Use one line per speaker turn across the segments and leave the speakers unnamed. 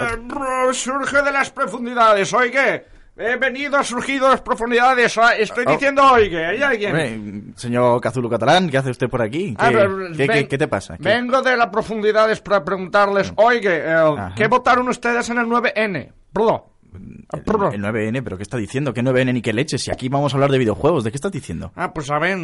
Yo surge de las profundidades, oiga. He venido, ha surgido de las profundidades. ah, Estoy
Oh.
diciendo, oiga, ¿hay alguien?
Hombre, señor Cazulo Catalán, ¿qué hace usted por aquí? ¿Qué,
Ah, pero,
qué-
ven-
qué- qué te pasa? ¿Qué- Mm.
Vengo de las profundidades para preguntarles, oiga, eh,
Ajá.
¿qué votaron ustedes en el 9N? Perdón. Ah, perdón.
El, el 9N, pero ¿qué está diciendo? ¿Qué 9N ni qué leche? Si aquí vamos a hablar de videojuegos, ¿de qué estás diciendo?
Ah, pues a ver,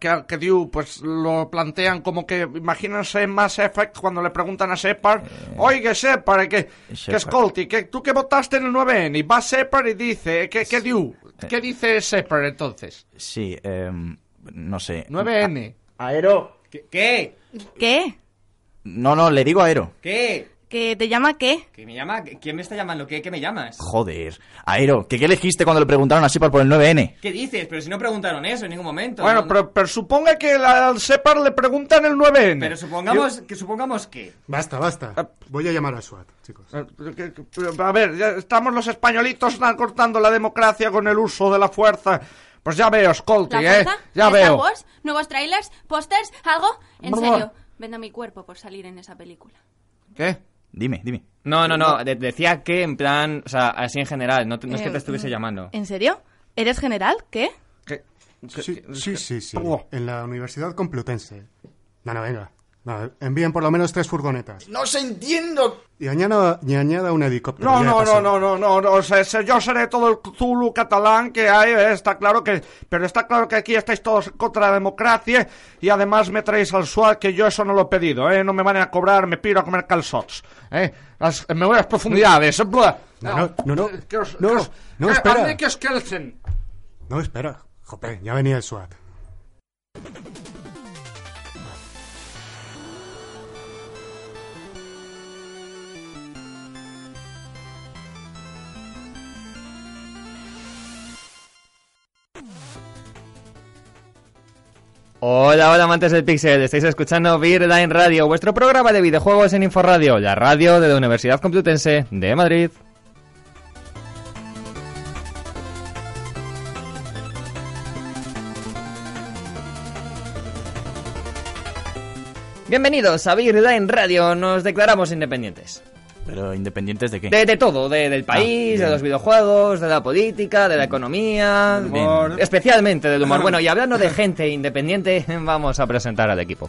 que, que diu, pues lo plantean como que, imagínense Mass Effect cuando le preguntan a Shepard, oiga Shepard, eh, que, que
Shepard.
escolti, que tú que votaste en el 9N, y va Shepard y dice, eh, que, que diu, ¿qué dice Shepard entonces?
Sí, em, no sé.
9N.
Ah,
Aero. ¿Qué? ¿Qué?
¿Qué?
No, no, le digo Aero.
¿Qué?
¿Que te llama qué?
¿Qué me llama? ¿Quién me está llamando? ¿Qué, qué me llamas?
Joder. Aero, ¿qué, qué elegiste cuando le preguntaron a Shepard por el 9N?
¿Qué dices? Pero si no preguntaron eso en ningún momento.
Bueno,
No-
pero, pero suponga que la- al Shepard le preguntan el 9N.
Pero supongamos que supongamos que.
Basta, basta. Voy a llamar a SWAT, chicos.
Eh, que- que- A ver, ya estamos los españolitos na- cortando la democracia con el uso de la fuerza. Pues ya veo, Scolti,
¿La
¿eh?
fuerza?
Ya
¿Star
veo.
Wars? ¿Nuevos trailers? ¿Pósters? ¿Algo? En
Brr.
serio, vendo mi cuerpo por salir en esa película.
¿Qué?
Dime, dime.
No, no, no. de- decía que en plan, o sea, así en general. No, te- no es que
Eh,
te estuviese llamando.
¿En serio? ¿Eres general? ¿Qué?
¿Qué? ¿Qué-
Sí,
qué-
sí,
qué-
sí, sí.
Perdón.
En la Universidad Complutense. No, no, venga. No, envíen por lo menos tres furgonetas.
No os entiendo.
Y añada, y añada un helicóptero.
No,
ya de
no, no,
paso.
no, no, no, no, o sea, se- yo seré todo el Zulu catalán que hay, eh, está claro que, pero está claro que aquí estáis todos contra la democracia y además me traéis al SWAT que yo eso no lo he pedido, eh, no me van a cobrar, me piro a comer calzots, eh, Las- me voy a las profundidades, eh, bla.
No, no, no, no,
que os-
no,
que os-
no,
que-
espera.
hazme que os calcen.
No, espera. Jope, ya venía el SWAT.
Hola, hola amantes del Pixel, estáis escuchando en Radio, vuestro programa de videojuegos en Inforradio, la radio de la Universidad Complutense de Madrid. Bienvenidos a en Radio, nos declaramos independientes.
Pero independientes de qué.
De, de todo, de- del país, de
bien.
los videojuegos, de la política, de la economía,
humor.
especialmente del humor. Bueno, y hablando de gente independiente, vamos a presentar al equipo.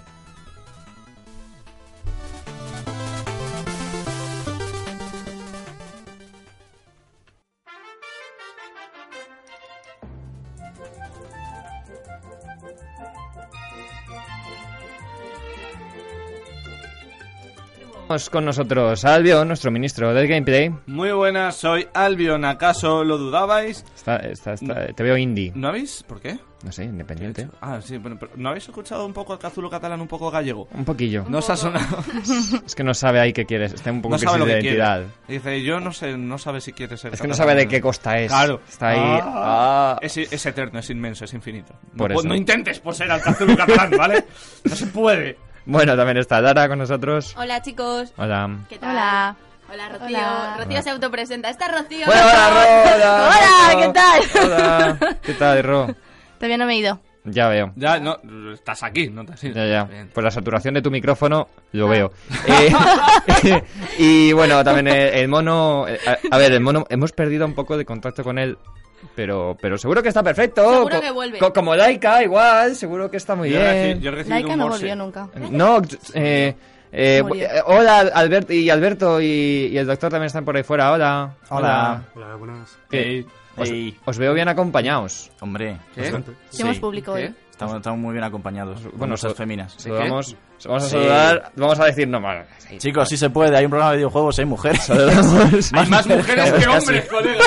Tenemos Con nosotros a Albion, nuestro ministro del gameplay.
Muy buenas, soy Albion. ¿Acaso lo dudabais?
Está, está, está- te veo indie.
¿No habéis? ¿Por qué?
No sé, independiente.
Ah, sí, bueno, pero ¿no habéis escuchado un poco a Cazulo catalán, un poco gallego?
Un poquillo.
No os ha sonado.
Es que no sabe ahí qué quieres. Está un poco
no
crisis
sabe lo
de
que
identidad.
quiere. Dice, yo no sé, no sabe si quiere ser.
Es que no
catalán.
sabe de qué costa es.
Claro.
Está ahí.
Ah.
ah.
Es, es eterno, es inmenso, es infinito.
Por
no, pu-
eso.
no intentes poseer al Cazulo catalán, ¿vale? No se puede.
Bueno, también está Lara con nosotros.
Hola, chicos.
Hola.
¿Qué tal?
Hola.
Hola, Rocío.
Hola.
Rocío se autopresenta. Está Rocío.
Bueno, hola,
Hola,
Ro.
¿qué tal?
Hola. ¿Qué tal, Ro?
Todavía no me he ido.
Ya veo.
Ya, no, estás aquí, no te has ido.
Ya, ya.
Bien.
Por la saturación de tu micrófono, lo
Ah.
veo. Eh, y bueno, también el, el mono. eh, A, a ver, el mono. Hemos perdido un poco de contacto con él. Pero, pero seguro que está perfecto.
Seguro que vuelve.
como Laika, igual. Seguro que está muy
Yo he reci-
bien.
yo he recibido
Laika
un
no
morse.
volvió nunca.
No, eh, eh,
Murió.
eh, hola Alberto y Alberto y, y el doctor también están por ahí fuera. Hola.
Hola.
Hola, buenas.
Eh, os,
Ey.
os veo bien acompañados.
Hombre, pues,
Bastante.
Tenemos público
¿Qué?
hoy.
estamos, estamos muy bien acompañados.
Bueno,
Bueno, esas
so-
feminas.
Saludamos- vamos a
Sí.
saludar, vamos a decir no mal.
Chicos, sí se puede. Hay un programa de videojuegos, hay mujeres.
Hay más mujeres que hombres, colega.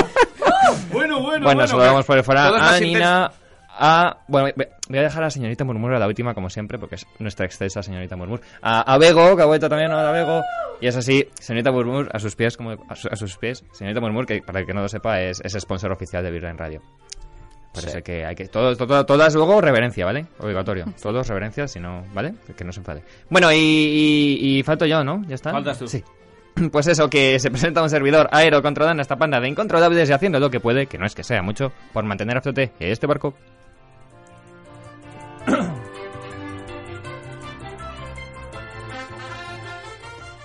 bueno, bueno,
Bueno,
bueno.
saludamos por ahí fuera
Todos
a
más
Nina, a... Bueno, voy- voy a dejar a la señorita Murmur a la última, como siempre, porque es nuestra excelsa señorita Murmur. A, a Bego, que ha vuelto también, hola Bego. Y es así, señorita Murmur, a sus pies, como a, su- a sus pies. Señorita Murmur, que para el que no lo sepa, es, es sponsor oficial de Virgen Radio. Parece que hay que... Todo, todo- todas luego reverencia, ¿vale? Obligatorio. Todos reverencia, si no... ¿Vale? Que no se enfade. Bueno, y, y, y falto yo, ¿no? ¿Ya está?
Faltas tú.
Sí. Pues eso, que se presenta un servidor aero controlando a esta panda de incontrolables y haciendo lo que puede, que no es que sea mucho, por mantener a flote este barco.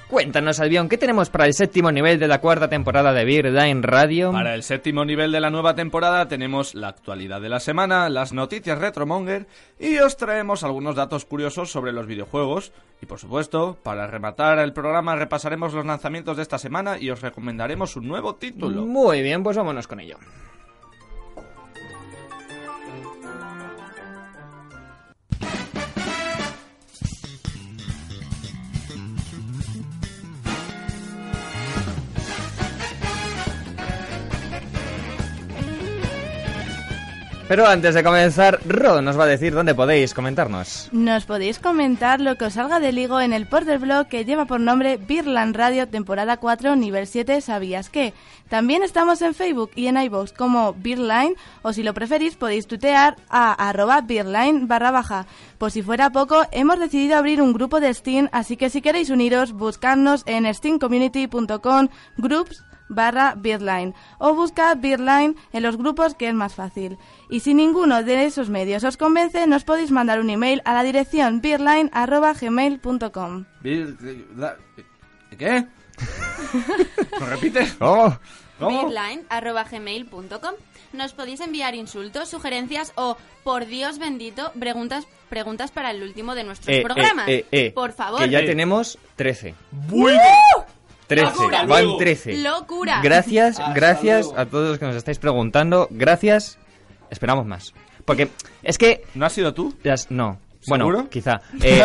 Cuéntanos, Albion, ¿qué tenemos para el séptimo nivel de la cuarta temporada de Beer Line Radio?
Para el séptimo nivel de la nueva temporada tenemos la actualidad de la semana, las noticias Retromonger y os traemos algunos datos curiosos sobre los videojuegos. Y por supuesto, para rematar el programa repasaremos los lanzamientos de esta semana y os recomendaremos un nuevo título.
Muy bien, pues vámonos con ello. Pero antes de comenzar, Rod nos va a decir dónde podéis comentarnos.
Nos podéis comentar lo que os salga del higo en el post del blog que lleva por nombre Birland Radio temporada 4 nivel 7 ¿Sabías qué? También estamos en Facebook y en iVoox como Birline o si lo preferís podéis tutear a arroba Birline barra baja. Por si fuera poco, hemos decidido abrir un grupo de Steam, así que si queréis uniros, buscadnos en steamcommunity.com groups barra Beardline o busca Beardline en los grupos que es más fácil. Y si ninguno de esos medios os convence, nos podéis mandar un email a la dirección beardline.gmail.com.
¿Qué? ¿Lo repites?
Oh.
¿Cómo?
beatline@gmail.com. Nos podéis enviar insultos, sugerencias o, por Dios bendito, preguntas, preguntas para el último de nuestros
Eh, eh,
programas.
eh, eh,
por favor.
Que ya tenemos 13.
Bueno.
13,
Locura,
van
luego.
13.
Locura.
Gracias,
Hasta
gracias
luego.
a todos los que nos estáis preguntando. Gracias. Esperamos más. Porque es que
¿No has sido tú?
las- no. Bueno,
¿Seguro?
quizá. Eh,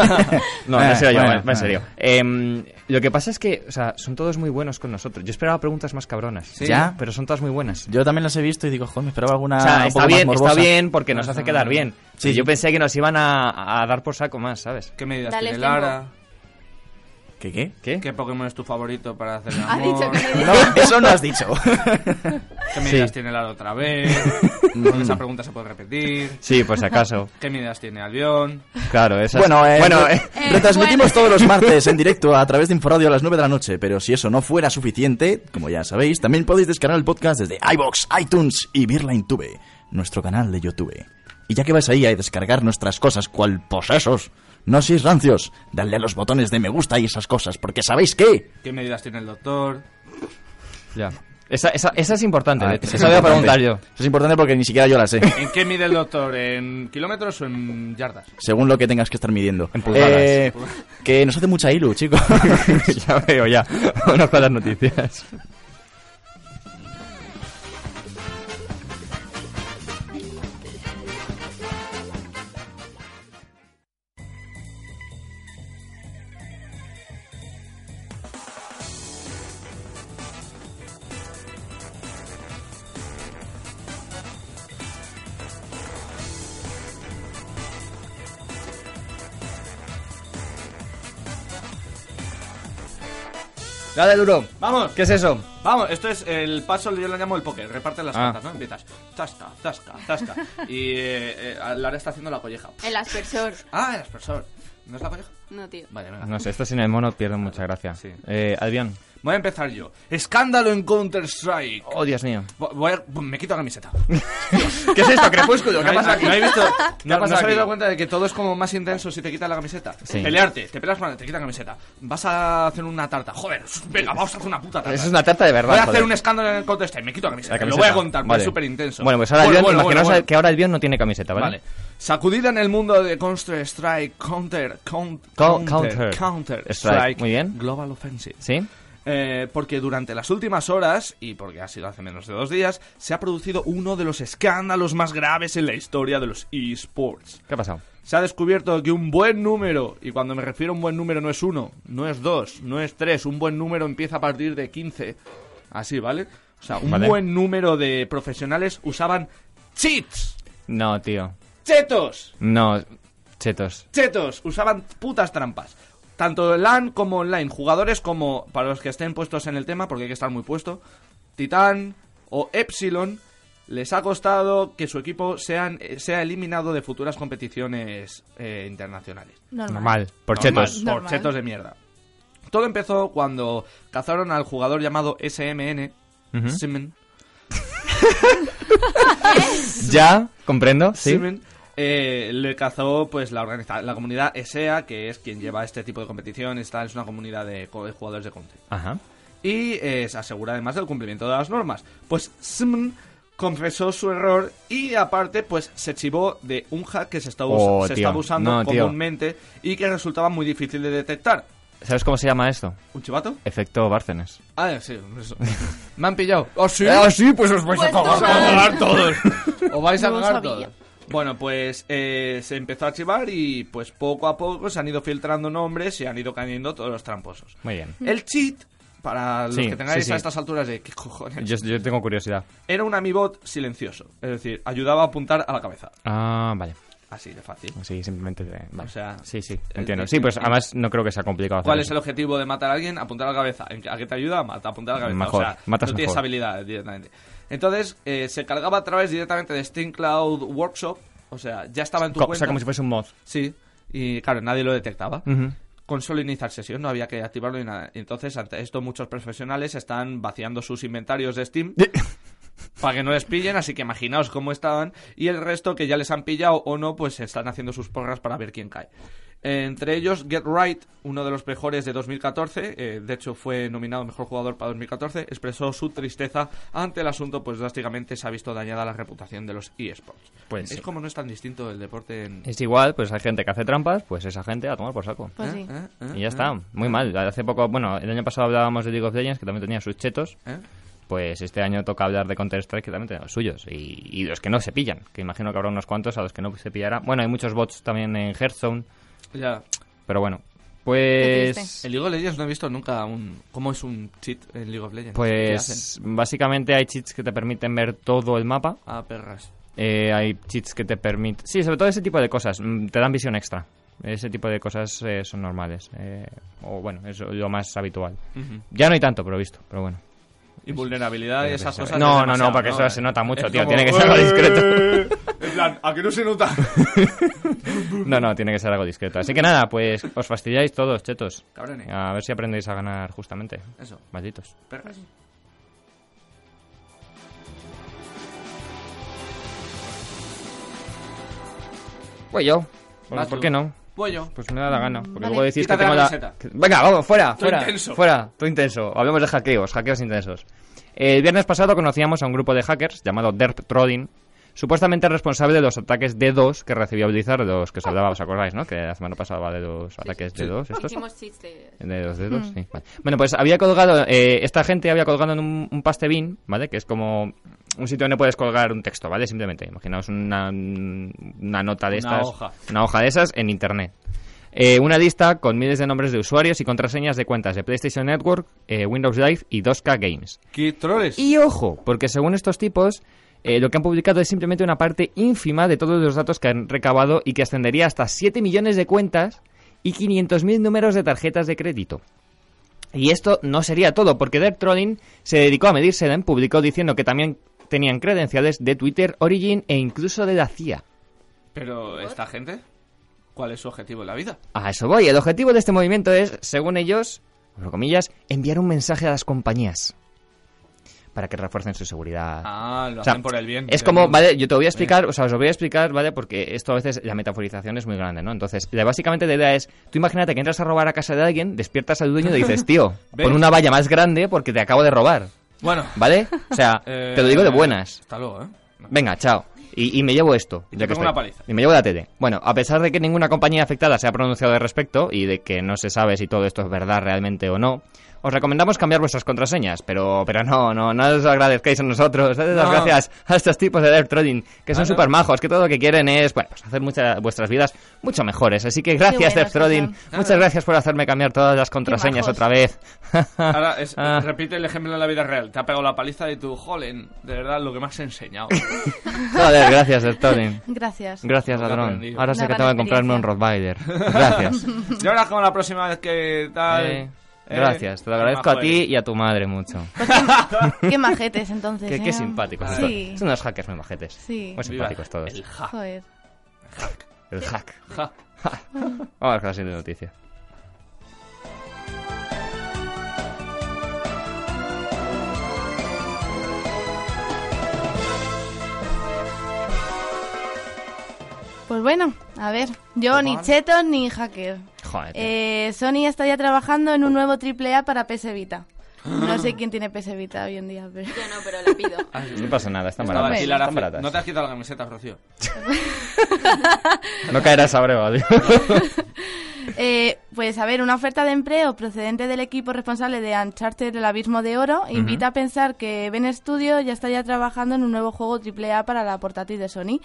no, no he sido yo,
Bueno,
va- va en
bueno.
serio. Em, lo que pasa es que, o sea, son todos muy buenos con nosotros. Yo esperaba preguntas más cabronas.
Ya.
Pero son todas muy buenas.
Yo también las he visto y digo, joder, me esperaba alguna.
O sea,
Ah, un
está
poco más
bien, está
morbosa.
bien porque nos hace quedar bien.
Sí,
Y yo
sí.
pensé que nos iban a, a dar por saco más, ¿sabes?
¿Qué medidas
Dale
tiene
tiempo.
Lara?
¿Qué qué?
¿Qué?
¿Qué Pokémon es tu favorito para hacer el
Ha
amor?
dicho que me-
No, eso no has dicho.
¿Qué medidas
Sí.
tiene Lara otra vez? Esa pregunta se puede repetir.
Sí, por si acaso.
¿Qué medidas tiene Albion?
Claro, esas...
bueno, eh,
bueno,
re-
eh,
eh,
retransmitimos
bueno.
todos los martes en directo a través de Inforadio a las 9 de la noche. Pero si eso no fuera suficiente, como ya sabéis, también podéis descargar el podcast desde iBox, iTunes y Birline Tube, nuestro canal de YouTube. Y ya que vais ahí a descargar nuestras cosas, cual posesos, no seáis rancios, dadle a los botones de me gusta y esas cosas, porque ¿sabéis qué?
¿Qué medidas tiene el doctor?
ya. Esa, esa, esa es importante.
Ah,
de hecho.
eso es
esa voy a
importante.
preguntar yo.
Eso es importante porque ni siquiera yo la sé.
¿En qué mide el doctor? ¿En kilómetros o en yardas?
según lo que tengas que estar midiendo.
En pulgadas.
Eh, que nos hace mucha ilu, chicos.
ya veo, ya. Vámonos con las noticias. Dale, duro.
¡Vamos!
¿Qué es eso?
Vamos, esto es el paso, yo lo llamo el póker. Reparte las
Ah.
cartas, ¿no? Empiezas. Tasca, tasca, tasca. y eh, eh, Lara está haciendo la colleja.
El aspersor.
Ah, el aspersor. ¿No es la colleja?
No, tío.
Vale, venga.
No sé, esto sin el mono pierde mucha gracia.
Sí.
Eh, Albion.
Voy a empezar yo. Escándalo en Counter-Strike.
Oh, Dios mío.
Vo- Voy a- pues, Me quito la camiseta.
¿Qué es esto, Crepúsculo?
¿No, habéis- no habéis visto- no-
ha
no os
pasado
habéis
aquí?
dado cuenta de que todo es como más intenso si te quitas la camiseta?
Sí.
Pelearte, te pelas mal, te quitan la camiseta. Vas a hacer una tarta. Joder, venga, vamos a hacer una puta tarta.
Eso es una tarta de verdad.
Voy a hacer
joder.
un escándalo en el contest me quito la camiseta.
La
Lo
camiseta.
voy a contar, porque
Vale.
es súper intenso.
Bueno, pues ahora
Bueno,
Albion,
bueno,
imaginaos
bueno,
que ahora Albion no tiene camiseta, ¿vale?
Vale. Sacudida en el mundo de Counter Strike, Counter, Coun-
Co-
Counter,
Counter Strike. Muy bien.
Global Offensive.
¿Sí?
Eh, porque durante las últimas horas, y porque ha sido hace menos de dos días, se ha producido uno de los escándalos más graves en la historia de los esports.
¿Qué ha pasado?
Se ha descubierto que un buen número, y cuando me refiero a un buen número no es uno, no es dos, no es tres, un buen número empieza a partir de 15. Así, ¿vale? O sea, un
Vale.
buen número de profesionales usaban cheats,
No, tío.
chetos,
No, chetos.
chetos, usaban putas trampas. Tanto en LAN como online. Jugadores como, para los que estén puestos en el tema, porque hay que estar muy puesto, Titán o Epsilon, les ha costado que su equipo sean, eh, sea eliminado de futuras competiciones eh, internacionales.
Normal. Por
Normal,
chetos.
Por
Normal.
chetos de mierda. Todo empezó cuando cazaron al jugador llamado SMN,
Ujú.
Simen,
Ya, comprendo. Sí.
Simen, eh, le cazó pues la organiza la comunidad ESEA, que es quien lleva este tipo de competiciones, tal, es una comunidad de, co- de jugadores de Counter.
Ajá.
Y eh, se asegura además del cumplimiento de las normas. Pues Smn confesó su error y aparte pues se chivó de un hack que se, está us-
Oh,
se
tío.
estaba usando
No, tío.
comúnmente y que resultaba muy difícil de detectar.
¿Sabes cómo se llama esto?
¿Un chivato?
Efecto Bárcenas.
Ah, sí, eso. Me han pillado. ¿Ah, sí?
pues os voy
Pues toma.
todos.
O vais a
No
cagar
sabía.
todos. Bueno, pues eh, se empezó a archivar y pues poco a poco se han ido filtrando nombres y han ido cayendo todos los tramposos.
Muy bien.
Mm.
El cheat, para los
Sí,
que tengáis
sí, sí.
a estas alturas de qué cojones,
Yo, yo tengo curiosidad.
era un amibot silencioso. Es decir, ayudaba a apuntar a la cabeza.
Ah, vale.
Así de fácil.
Sí, simplemente. eh, Vale.
O sea,
sí, sí,
el-
entiendo.
el-
Sí, pues
el-
además no creo que sea complicado. hacer
¿Cuál es
eso.
el objetivo de matar a alguien? Apuntar a la cabeza. ¿En qué- ¿A qué te ayuda? Mata, apuntar a la cabeza.
Mejor,
O sea,
matas
no tienes
mejor.
habilidades directamente. Entonces, eh, se cargaba a través directamente de Steam Cloud Workshop. O sea, ya estaba en tu
Co- O
cuenta.
sea, como si fuese un mod.
Sí, y claro, nadie lo detectaba.
Ujú.
Con solo iniciar sesión no había que activarlo ni nada. Entonces, ante esto, muchos profesionales están vaciando sus inventarios de Steam para que no les pillen, así que imaginaos cómo estaban. Y el resto que ya les han pillado o no, pues están haciendo sus porras para ver quién cae. Entre ellos, Get Right, uno de los mejores de 2014, eh, de hecho fue nominado mejor jugador para 2014, expresó su tristeza ante el asunto, pues drásticamente se ha visto dañada la reputación de los eSports.
Pues
es
sí.
como no es tan distinto el deporte en,
Es igual, pues hay gente que hace trampas, pues esa gente a tomar por saco.
Pues sí.
¿Eh? ¿Eh?
Y ya está, muy mal. Hace poco, bueno, el año pasado hablábamos de League of Legends, que también tenía sus chetos.
¿Eh?
Pues este año toca hablar de Counter-Strike, que también tenía los suyos. Y, y los que no se pillan, que imagino que habrá unos cuantos a los que no se pillarán. Bueno, hay muchos bots también en Hearthstone,
Ya.
pero bueno.
Qué
Pues.
triste.
En League of Legends no he visto nunca un cómo es un cheat en League of Legends. ¿Qué hacen?
Pues básicamente hay cheats que te permiten ver todo el mapa.
Ah, perras.
Eh, hay cheats que te permiten... Sí, sobre todo ese tipo de cosas. mm, Te dan visión extra. Ese tipo de cosas eh, son normales. eh, o bueno, es lo más habitual. Ya no hay tanto provisto, pero bueno.
Y vulnerabilidad y esas cosas. es
no, no,
demasiado,
no, porque eso se nota mucho,
Es
tío.
como,
Tiene que ser algo discreto.
En plan, ¿a que no se nota?
No, no, tiene que ser algo discreto. Así que nada, pues os fastidiáis todos, chetos.
Cabrones.
A ver si aprendéis a ganar justamente.
Eso,
Malditos.
perras.
Pues yo.
Vas
¿Por
tú.
qué no?
Voy yo.
Pues me da la gana. Porque
Vale.
luego decís que
Quítate la
tengo la...
camiseta.
que- Venga, vamos, fuera,
Tú
fuera.
intenso.
Fuera, tú intenso. Hablemos de hackeos, hackeos intensos. El viernes pasado conocíamos a un grupo de hackers llamado Derp Trodding, supuestamente responsable de los ataques D2 que recibió Blizzard, de los que os hablaba, ¿os acordáis, no? Que la semana pasada hablaba de los ataques D2 estos.
Hicimos chiste.
De los dedos, sí. vale. Bueno, pues había colgado, eh, esta gente había colgado en un, un pastebin, ¿vale? Que es como un sitio donde puedes colgar un texto, ¿vale? Simplemente, imaginaos una, una nota de
Una
estas.
hoja.
Una hoja de esas en internet. Eh, una lista con miles de nombres de usuarios y contraseñas de cuentas de PlayStation Network, eh, Windows Live y 2K Games.
¿Qué troles?
Y ojo, porque según estos tipos, eh, lo que han publicado es simplemente una parte ínfima de todos los datos que han recabado y que ascendería hasta 7 millones de cuentas y 500.000 números de tarjetas de crédito. Y esto no sería todo, porque Derek Trolling se dedicó a medírsela en público diciendo que también tenían credenciales de Twitter, Origin e incluso de la CIA.
Pero, ¿esta gente? ¿Cuál es su objetivo en la vida?
A eso voy. El objetivo de este movimiento es, según ellos, entre comillas, enviar un mensaje a las compañías para que refuercen su seguridad.
Ah, lo
O sea,
hacen por el bien.
Es como, vale, yo te voy a explicar, o sea, os lo voy a explicar, ¿vale? Porque esto a veces la metaforización es muy grande, ¿no? Entonces, la- básicamente la idea es, tú imagínate que entras a robar a casa de alguien, despiertas al dueño y le dices, tío,
Ven.
pon una valla más grande porque te acabo de robar,
Bueno,
¿vale? O sea,
eh,
te lo digo de buenas.
Hasta luego, ¿eh?
Venga, chao. Y, y me llevo esto.
Y te
ya que
pego una
estoy.
paliza.
Y me llevo la tele. Bueno, a pesar de que ninguna compañía afectada se ha pronunciado al respecto y de que no se sabe si todo esto es verdad realmente o no, os recomendamos cambiar vuestras contraseñas. Pero, pero no, no, no os agradezcáis a nosotros. Dadle las
No.
gracias a estos tipos de Dev Trading, que son
Ah, ¿no?
súper majos, que todo lo que quieren es, bueno, pues hacer mucha- vuestras vidas mucho mejores. Así que gracias,
buenos
Dev
que
Trading.
son.
Muchas gracias por hacerme cambiar todas las contraseñas
majos.
otra vez.
Ahora, es-
Ah.
repite el ejemplo en la vida real. Te ha pegado la paliza y tú, jolen, de verdad, lo que me has enseñado.
Joder, gracias, Dev Trading.
Gracias.
Gracias,
Lo que he
ladrón.
aprendido.
Ahora sé
Una
que
gran
tengo que comprarme un Rottweiler. Gracias.
Y ahora como la próxima vez que tal...
Eh,
eh,
gracias, te lo agradezco a
joder.
ti y a tu madre mucho.
Qué majetes entonces.
Qué,
¿eh?
qué simpáticos.
Pues
Pues
Sí.
estos- Son unos hackers muy majetes.
Sí.
Muy
Viva
simpáticos todos.
El ja.
Joder.
El hack.
Ja.
Vamos con la siguiente noticia.
Pues bueno, a ver. Yo
Pues
ni cheto ni hacker.
Joder. tío.
Eh, Sony está ya trabajando en un nuevo AAA para PS Vita. No sé quién tiene PS Vita hoy en día, pero...
Yo no, pero la pido.
No pasa nada, están
Estaba
baratas.
aquí
Bueno,
Lara
están
Fe-
baratas.
No te has quitado la camiseta, Rocío.
No caerás a breva, tío.
Eh, pues a ver, una oferta de empleo procedente del equipo responsable de Uncharted El Abismo de Oro invita a pensar que Ben Studio ya está ya trabajando en un nuevo juego AAA para la portátil de Sony.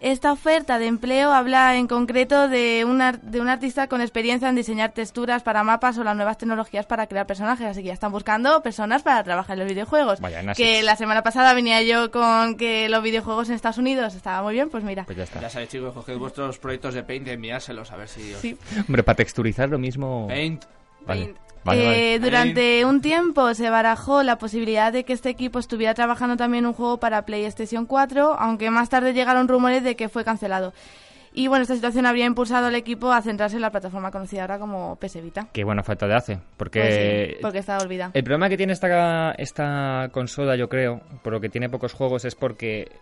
Esta oferta de empleo habla en concreto de un, ar- de un artista con experiencia en diseñar texturas para mapas o las nuevas tecnologías para crear personajes, así que ya están buscando personas para trabajar en los videojuegos.
Vaya, nazis.
que la semana pasada venía yo con que los videojuegos en Estados Unidos estaba muy bien, pues mira.
Pues ya está.
Ya sabéis, chicos, coged vuestros proyectos de Paint y enviárselos a ver si os...
Hombre, para texturizar lo mismo.
Paint.
Vale.
Paint.
Vale, vale.
Eh, Durante un tiempo se barajó la posibilidad de que este equipo estuviera trabajando también un juego para PlayStation 4, aunque más tarde llegaron rumores de que fue cancelado. Y bueno, esta situación habría impulsado al equipo a centrarse en la plataforma conocida ahora como PS Vita.
Qué buena falta le hace. Porque.
Pues sí, porque está olvidada.
El problema que tiene esta, esta consola, yo creo, por lo que tiene pocos juegos, es porque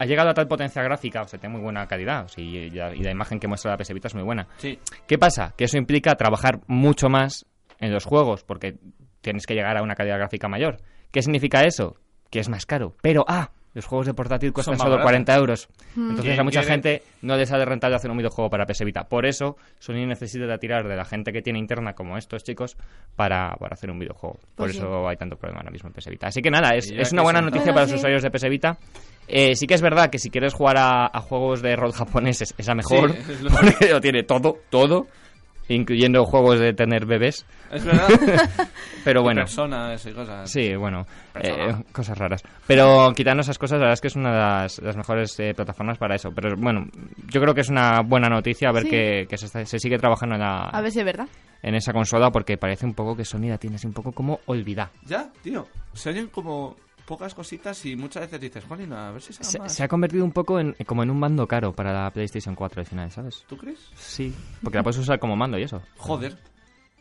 ha llegado a tal potencia gráfica, o sea, tiene muy buena calidad, o sea, y, la, y la imagen que muestra la PS Vita es muy buena.
Sí.
¿Qué pasa? Que eso implica trabajar mucho más en los juegos, porque tienes que llegar a una calidad gráfica mayor. ¿Qué significa eso? Que es más caro. Pero, ah, los juegos de portátil cuestan
más
solo
baratos.
40 euros.
Hmm.
Entonces
¿Quién
a mucha
quiere?
gente no les sale rentable hacer un videojuego para PS Vita. Por eso Sony necesita de tirar de la gente que tiene interna como estos chicos para, para hacer un videojuego. Por
Pues sí.
eso hay tanto problema ahora mismo en PS Vita. Así que nada, es,
Y ya
es
que
una buena
se-
noticia
Bueno,
para
sí.
los usuarios de PS Vita. Eh, sí que es verdad que si quieres jugar a, a juegos de rol japoneses es la mejor,
Sí, es lo-
porque lo tiene todo, todo, incluyendo juegos de tener bebés.
Es verdad.
Pero bueno,
Personas y cosas.
Sí, bueno,
Persona.
eh, cosas raras. Pero quitando esas cosas, la verdad es que es una de las, las mejores eh, plataformas para eso. Pero bueno, yo creo que es una buena noticia a ver
Sí.
que, que se, está- se sigue trabajando en, la-
A ver si es verdad.
en esa consola porque parece un poco que Sony la tiene así un poco como olvidada.
Ya, tío. Se oyen como pocas cositas y muchas veces dices, Jolín, a ver si se,
Se,
haga más.
se ha convertido un poco en, como en un mando caro para la PlayStation 4 al final, ¿sabes?
¿Tú crees?
Sí. Porque la puedes usar como mando y eso.
Joder,
Ah.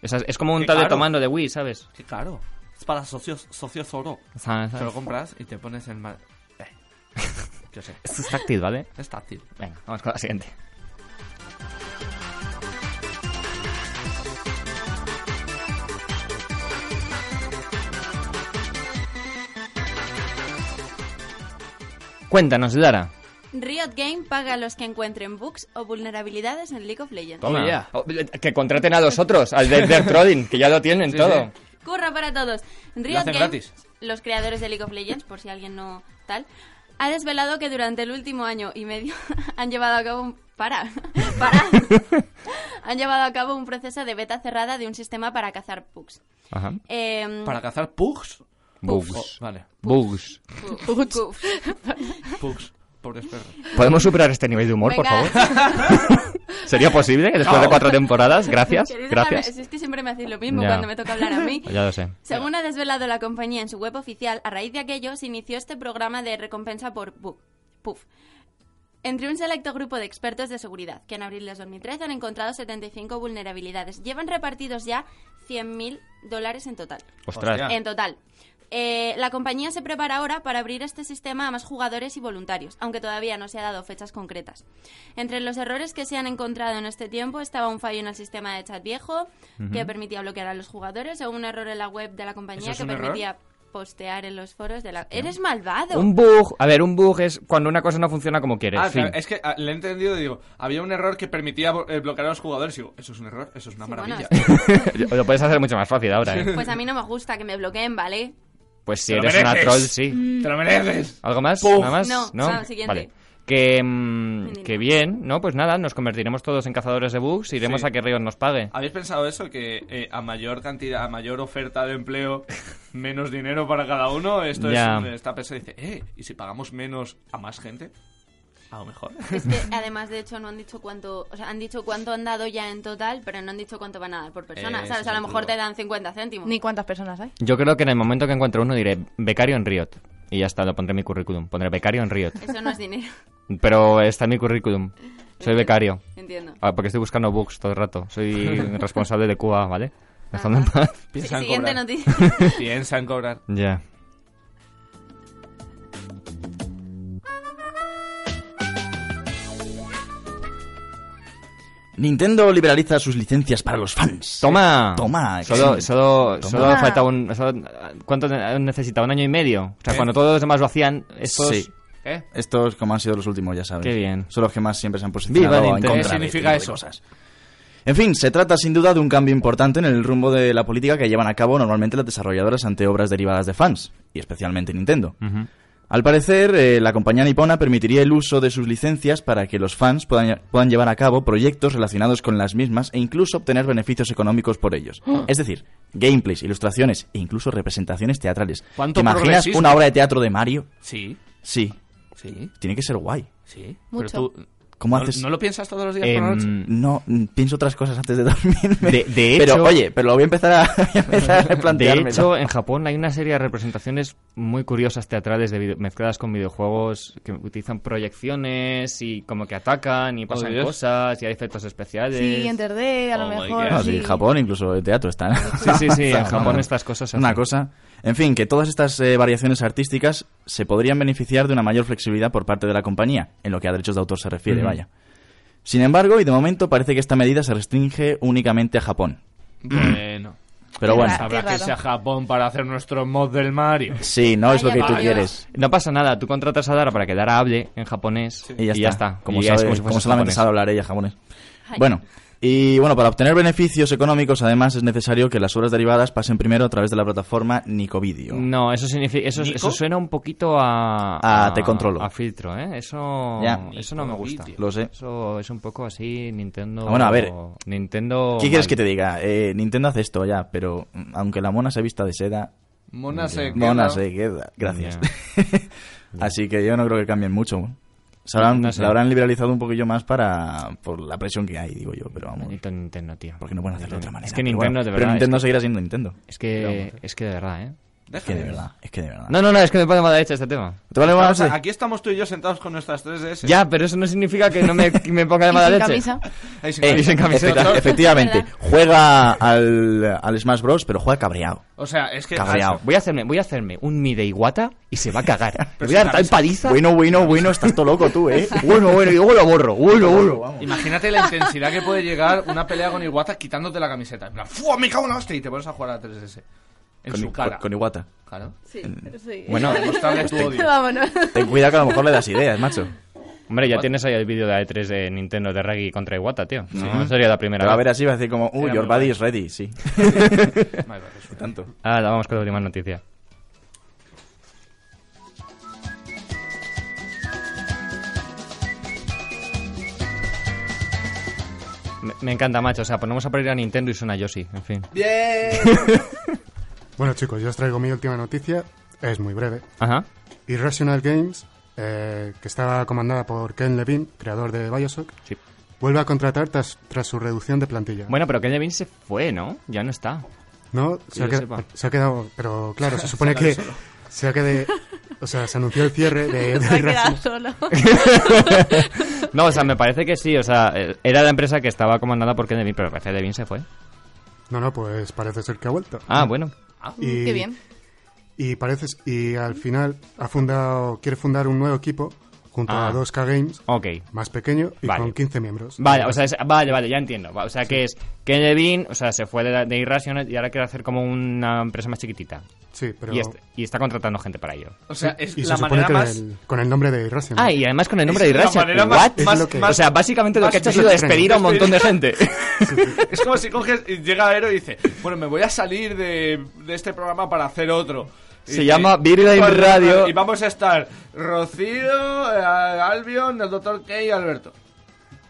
O sea, es como un
Qué
tablet
caro.
mando de Wii, ¿sabes?
qué caro. Es para socios, socios oro.
O sea,
Te lo compras y te pones en mal... Eh. Yo sé.
Esto es táctil, ¿vale?
Es táctil.
Venga, vamos con la siguiente. Cuéntanos, Lara.
Riot Game paga a los que encuentren bugs o vulnerabilidades en League of Legends.
Toma.
Oh, yeah.
Oh, Que contraten a los otros, al de Death Trading, que ya lo tienen
Sí,
todo.
Curra para todos.
Lo
Riot
hacen
Games,
gratis.
los creadores de League of Legends, por si alguien no tal, ha desvelado que durante el último año y medio han llevado a cabo un... Para, para. han llevado a cabo un proceso de beta cerrada de un sistema para cazar pugs.
Ajá.
Em,
¿Para cazar pugs? Oh,
Bugs.
vale,
Bugs.
pu- pugs.
pugs. Pobres perros.
¿Podemos superar este nivel de humor, por
Venga.
favor? ¿Sería posible que después de cuatro temporadas? Gracias,
Queréis dejarme-
gracias.
si Es que siempre me hacéis lo mismo
Ya.
cuando me toca hablar a mí.
Ya lo sé.
Según ha desvelado la compañía en su web oficial, a raíz de aquello se inició este programa de recompensa por bu- PUF. Entre un selecto grupo de expertos de seguridad, que en abril de 2013 han encontrado 75 vulnerabilidades, llevan repartidos ya 100.000 dólares en total.
Ostras.
Hostia. Ah.
En total. Eh, la compañía se prepara ahora para abrir este sistema a más jugadores y voluntarios, aunque todavía no se ha dado fechas concretas. Entre los errores que se han encontrado en este tiempo estaba un fallo en el sistema de chat viejo que permitía bloquear a los jugadores o un error en la web de la
¿Eso
compañía
es
que
un error?
permitía postear en los foros de la... ¡Eres malvado!
Un bug, a ver, un bug es cuando una cosa no funciona como quieres.
Ah,
fin.
claro, es que ah, le he entendido y digo, había un error que permitía bo- eh, bloquear a los jugadores. Y digo, eso es un error, eso es una
Sí, bueno,
maravilla.
es que-
Lo puedes hacer mucho más fácil ahora, ¿eh?
pues a mí no me gusta que me bloqueen, ¿vale?
Pues si
Te lo
eres una
mereces.
troll, sí.
¡Te lo mereces!
¿Algo más?
Puf.
¿Nada más?
Mm. No,
¿No?
no, siguiente.
Vale. Que, mm,
Ni, ni,
que
ni.
bien, ¿no? Pues nada, nos convertiremos todos en cazadores de bugs y iremos
Sí.
a que Riot nos pague.
¿Habéis pensado eso? Que eh, a mayor cantidad, a mayor oferta de empleo, menos dinero para cada uno. Esto
Ya.
es. Esta persona dice, eh, ¿y si pagamos menos a más gente? A lo mejor.
Es que además, de hecho, no han dicho cuánto... O sea, han dicho cuánto han dado ya en total, pero no han dicho cuánto van a dar por persona.
Eh,
¿Sabes?
ese
A
es
lo
el
mejor
truco.
te dan 50 céntimos.
Ni cuántas personas hay.
Yo creo que en el momento que encuentro uno diré becario en Riot. Y ya está, lo pondré en mi currículum. Pondré becario en Riot.
Eso no es dinero.
Pero está en mi currículum. Soy becario.
Entiendo.
Ah, porque estoy buscando bugs todo el rato. Soy responsable de Cuba, ¿vale? Dejadme en paz.
Piensa en
Siguiente
cobrar.
noticia.
Piensa en cobrar.
Ya.
Nintendo liberaliza sus licencias para los fans.
Toma.
Toma,
Solo,
sí.
solo,
Toma.
solo falta un. solo- ¿Cuánto ne- necesitaba? ¿Un año y medio? O sea, cuando todos los demás lo hacían, estos.
Eh. Sí.
¿Eh?
Estos, como han sido los últimos, ya sabes.
Qué bien.
Son los que más siempre se han posicionado
Viva
en
Nintendo.
contra
¿Qué
de este
significa
tipo de
eso?
cosas. En fin, se trata sin duda de un cambio importante en el rumbo de la política que llevan a cabo normalmente las desarrolladoras ante obras derivadas de fans, y especialmente Nintendo.
Ujú.
Al parecer, eh, la compañía nipona permitiría el uso de sus licencias para que los fans puedan, puedan llevar a cabo proyectos relacionados con las mismas e incluso obtener beneficios económicos por ellos.
¡Ah!
Es decir, gameplays, ilustraciones e incluso representaciones teatrales.
¿Cuánto
¿Te imaginas
progresismo?
una obra de teatro de Mario?
Sí,
Sí,
sí,
tiene que ser guay.
sí.
Mucho.
Pero tú,
¿Cómo
¿no,
haces?
no lo piensas todos los días por la noche?
Em,
No, mm, pienso otras cosas antes de dormirme.
De- de hecho-
Pero, oye, pero lo voy a empezar a, voy a, empezar a
De
replantearme.
hecho, en Japón hay una serie de representaciones muy curiosas teatrales de video- mezcladas con videojuegos que utilizan proyecciones y como que atacan y
Oh,
pasan
Dios.
cosas y hay efectos especiales.
Sí, en 3D, a
Oh
lo
my
mejor.
God.
No,
Ah,
sí,
eh, sí.
en Japón incluso el teatro está.
Sí, sí, sí, en Japón estas cosas se
Una
hacen.
cosa. En fin, que todas estas eh, variaciones artísticas se podrían beneficiar de una mayor flexibilidad por parte de la compañía, en lo que a derechos de autor se refiere,
Ujú.
vaya. Sin embargo, y de momento parece que esta medida se restringe únicamente a Japón.
Bueno,
Pero
Qué
bueno,
raro.
habrá que
raro.
irse a Japón para hacer nuestro mod del Mario.
sí, no es lo que tú
Vaya, vaya.
quieres.
No pasa nada, tú contratas a Dara para que Dara hable en japonés
Y ya, está. Como,
Y ya es
sabe-
si
como
fuese
solamente
japonés.
sabe hablar ella japonés.
Ay.
Bueno, y bueno, para obtener beneficios económicos, además es necesario que las obras derivadas pasen primero a través de la plataforma Nicovideo.
No, eso significa, eso,
¿Nico?
eso suena un poquito
A
a,
Ah, Te Controlo.
a filtro, ¿eh? Eso,
Ya.
eso no me gusta.
Lo sé.
Eso es un poco así Nintendo.
Ah, bueno, a ver.
Nintendo.
¿Qué quieres
mal.
que te diga? Eh, Nintendo hace esto ya, pero mm, aunque la mona se vista de seda,
Mona se
mona
queda.
se queda. Gracias.
Ya.
Así que yo no creo que cambien mucho. Se habrán,
No sé.
La habrán liberalizado un poquillo más para por la presión que hay, digo yo, pero vamos.
Maldito Nintendo, tío.
Porque no pueden hacerlo de otra manera.
Es que
pero
Nintendo,
bueno.
de
Pero
verdad.
Nintendo seguirá siendo Nintendo.
Es que, es que de verdad, ¿eh?
Es que de verdad, es que de verdad.
No, no, no, es que me pone mala leche este tema.
Ah. ¿Te vale,
Vamos,
Monse?
Aquí estamos tú y yo sentados con nuestras 3DS.
Ya, pero eso no significa que no me, que me ponga de
Y
mala
sin
leche.
camisa.
Ahí sí
Eh,
que-
sin camiseta.
efecti- efectivamente,
¿Verdad?
juega al, al Smash Bros, pero juega cabreado.
O sea, es que...
Cabreado.
Voy a hacerme, voy a hacerme un Mide Iguata y se va a cagar. Le voy
sin
a dar tal
camisa.
paliza.
Bueno, bueno, bueno, estás todo loco tú, ¿eh? Bueno, bueno, y luego lo borro. Bueno, bueno, vamos.
Imagínate la intensidad que puede llegar una pelea con Iwata quitándote la camiseta. En plan, ¡fua, me cago en la hostia! Y te pones a jugar a 3DS. En
Con,
su cara.
con- con Iwata.
Claro.
Sí, sí.
Bueno,
pues
demostrarle Mm. tu odio.
Vámonos.
Ten cuidado que a lo mejor le das ideas, macho.
Hombre, ya tienes ahí el vídeo de E3 de Nintendo de Reggie contra Iwata, tío. No sería la primera
Pero a
vez.
ver así, va a decir como, uy,
Era
your
muy
body
guay.
is ready, sí.
Vale, vale, eso.
Tanto.
Ahora vamos con la última noticia. Me, me encanta, macho. O sea, ponemos a parir a Nintendo y suena Yoshi. En fin.
Bueno, chicos, yo os traigo mi última noticia. Es muy breve.
Ajá.
Irrational Games, eh, que estaba comandada por Ken Levine, creador de Bioshock,
Sí.
vuelve a contratar tras, tras su reducción de plantilla.
Bueno, pero Ken Levine se fue, ¿no? Ya no está.
no,
que
se ha,
yo
qued-
sepa.
se ha quedado, pero claro, se supone que se ha quedado, o sea, se anunció el cierre de, de
Se ha quedado
Irrational.
solo.
No, o sea, me parece que sí. O sea, eh, era la empresa que estaba comandada por Ken Levine, pero Ken Levine se fue.
No, no, pues parece ser que ha vuelto.
Ah, bueno.
Y-
Qué bien.
Y parece, y al final ha fundado, quiere fundar un nuevo equipo junto
Ah.
a 2K Games,
Ok.
más pequeño y
Vale.
con 15 miembros.
Vale, o sea, es- vale, vale, ya entiendo. Va, O sea, que es Ken Levine, o sea, se fue de, la- de Irrational y ahora quiere hacer como una empresa más chiquitita.
Sí, pero
Y, este. est- y está contratando gente para ello.
O sea, es
y se
la
supone
manera
que
más...
del- con el nombre de Irrational.
Ah, y además con el nombre
Es
de
la
Irrational.
manera más-
What?
más-
Es lo que-
más-
o sea, básicamente lo
más
que ha hecho ha sido
extraño.
despedir a un montón de gente.
Es como si coges y llega Aero y dice, bueno, me voy a salir de, de este programa para hacer otro. Y-
Se llama
y-
Virgin
Vale,
Radio.
Y vamos a estar Rocío, eh, Albion, el Dr. K y Alberto.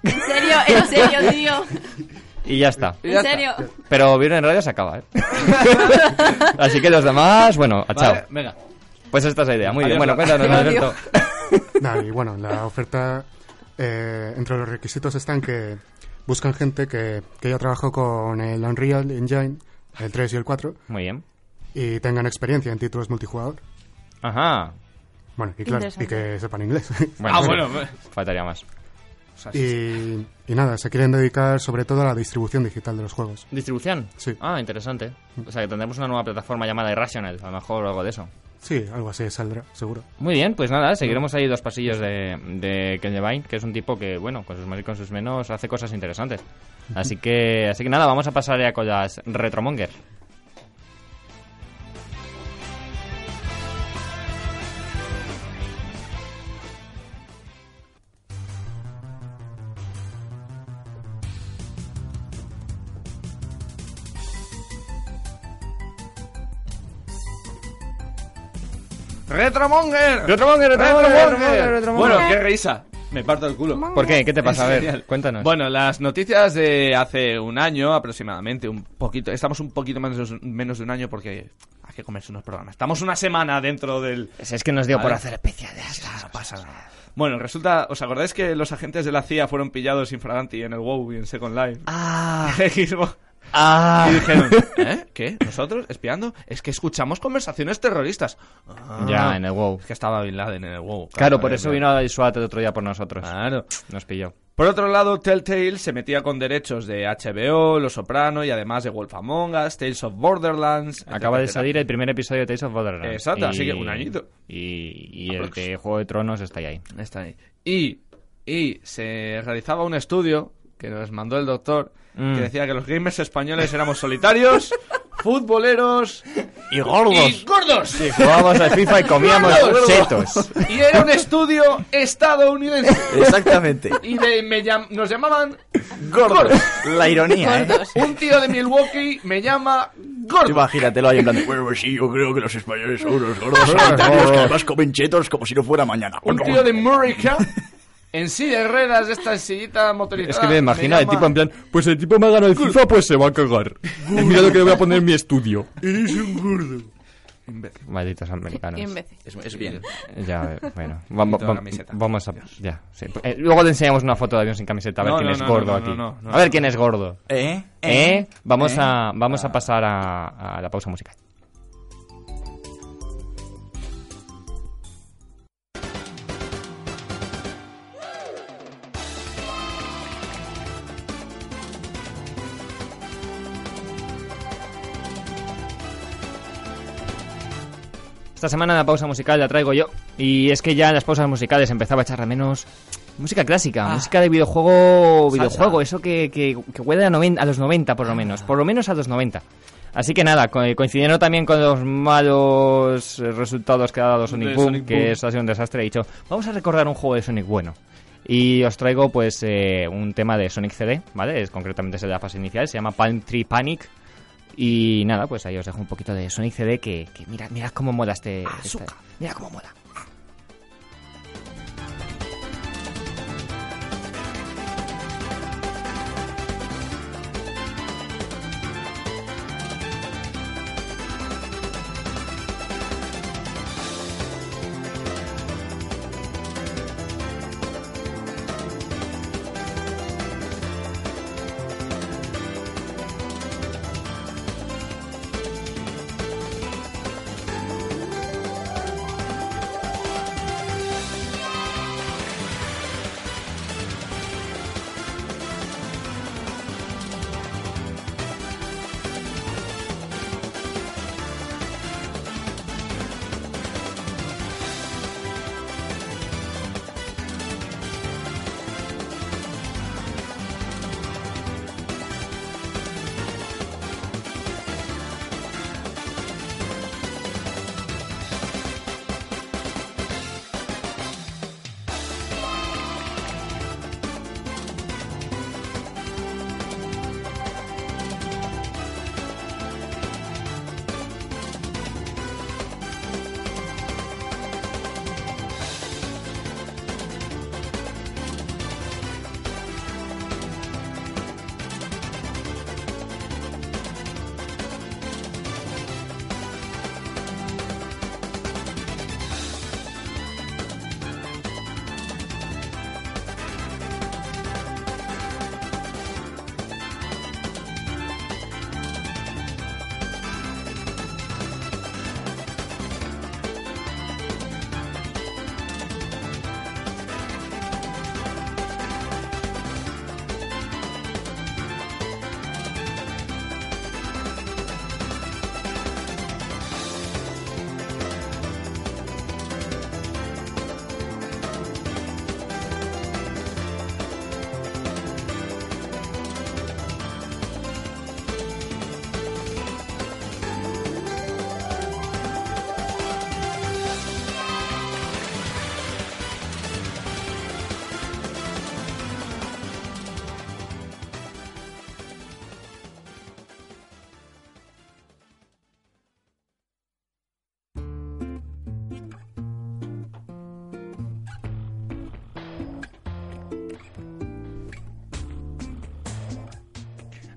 En serio, en serio, tío.
y ya está.
Y ya
En
está.
serio.
Pero Virgin Radio se acaba, ¿eh? Así que los demás, bueno, a chao.
Vale, venga.
Pues esta es la idea. Muy bien, bueno,
Adiós, la-
cuéntanos,
Adiós.
Alberto.
Nada, y bueno, la oferta, eh, entre los requisitos están que buscan gente que, que ya trabajó con el Unreal Engine, el 3 y el 4,
Muy bien.
y tengan experiencia en títulos multijugador.
Ajá.
Bueno, y claro, y que sepan inglés.
Bueno,
ah, bueno.
Faltaría más.
o sea, sí,
y, y nada, se quieren dedicar sobre todo a la distribución digital de los juegos.
¿Distribución?
Sí.
Ah, interesante. O sea, que tendremos una nueva plataforma llamada Irrational, a lo mejor o algo de eso.
Sí, algo así saldrá, seguro.
Muy bien, pues nada, seguiremos ahí dos pasillos de, de Ken Levine, que es un tipo que, bueno, con sus más y con sus menos hace cosas interesantes. Así que, así que nada, vamos a pasar ya con las Retromonger.
¡Retromonger!
¡Retromonger,
Retromonger, Retromonger.
Bueno, qué risa. Me parto el culo.
¿Por qué? ¿Qué te pasa? A
Es
ver,
genial.
cuéntanos.
Bueno, las noticias de hace un año aproximadamente, un poquito, estamos un poquito menos, menos de un año porque hay que comerse unos programas. Estamos una semana dentro del...
Si es que nos dio por
Vale.
hacer especiales.
No pasa nada. Bueno, resulta, ¿os acordáis que los agentes de la CIA fueron pillados infraganti en el WoW y en Second Life?
Ah,
Xbox.
ah.
Y dijeron, ¿eh? ¿Qué? ¿Nosotros? ¿Espiando? Es que escuchamos conversaciones terroristas. Ah.
Ya, en el WoW.
Es que estaba Bin Laden en el WoW.
Claro, por eso
mira.
vino el SWAT el otro día por nosotros. Claro. Nos pilló.
Por otro lado, Telltale se metía con derechos de HBO, Los Soprano y además de Wolf Among Us, Tales of Borderlands. etcétera,
Acaba de
etcétera.
salir el primer episodio de Tales of Borderlands.
Exacto, así que un añito.
Y, y el
Aprox.
de Juego de Tronos está ahí.
Está ahí. Y, y se realizaba un estudio que nos mandó el doctor
Mm.
que decía que los gamers españoles éramos solitarios, futboleros
Y
y gordos.
Jugábamos al FIFA y comíamos
Gordos.
chetos.
Y era un estudio estadounidense.
Exactamente.
Y de- me llam- nos llamaban
Gordos. La ironía, ¿eh?
Un tío de Milwaukee me llama gordo.
Imagínatelo ahí en plan de, Bueno, pues sí, yo creo que los españoles son unos gordos solitarios que además comen chetos como si no fuera mañana.
Un tío de Murica en silla de ruedas, de esta sillita motorizada.
Es que me imagino el
llama-
tipo en plan, pues el tipo me ha ganado el FIFA, pues se va a cagar. Mira lo que le voy a poner en mi estudio.
Imbécil.
Malditos americanos.
Imbécil.
Es, es bien.
Ya, eh, bueno. Vamos,
toda camiseta.
vamos a... Ya, sí. Eh, luego te enseñamos una foto de avión sin camiseta, a ver
No,
quién
no,
es
no,
gordo
no,
aquí.
no, no, no.
a ver quién es gordo.
¿Eh?
¿Eh? Ah. Vamos, A, vamos a pasar a, a la pausa musical. Esta semana la pausa musical la traigo yo. Y es que ya en las pausas musicales empezaba a echar de menos música clásica, música de videojuego, videojuego, eso que, que, que huele a, noven- a los 90 por lo menos, por lo menos a los 90. Así que nada, co- coincidiendo también con los malos eh, resultados que ha dado Sonic
De
Boom,
Sonic
que
Boom.
eso ha sido un desastre, he dicho, vamos a recordar un juego de Sonic bueno. Y os traigo pues eh, un tema de Sonic CD, ¿vale? Es, concretamente es el de la fase inicial, se llama Palm Tree Panic. Y nada, pues ahí os dejo un poquito de Sonic CD que, que mirad, mirad cómo mola este... esta- mirad cómo mola.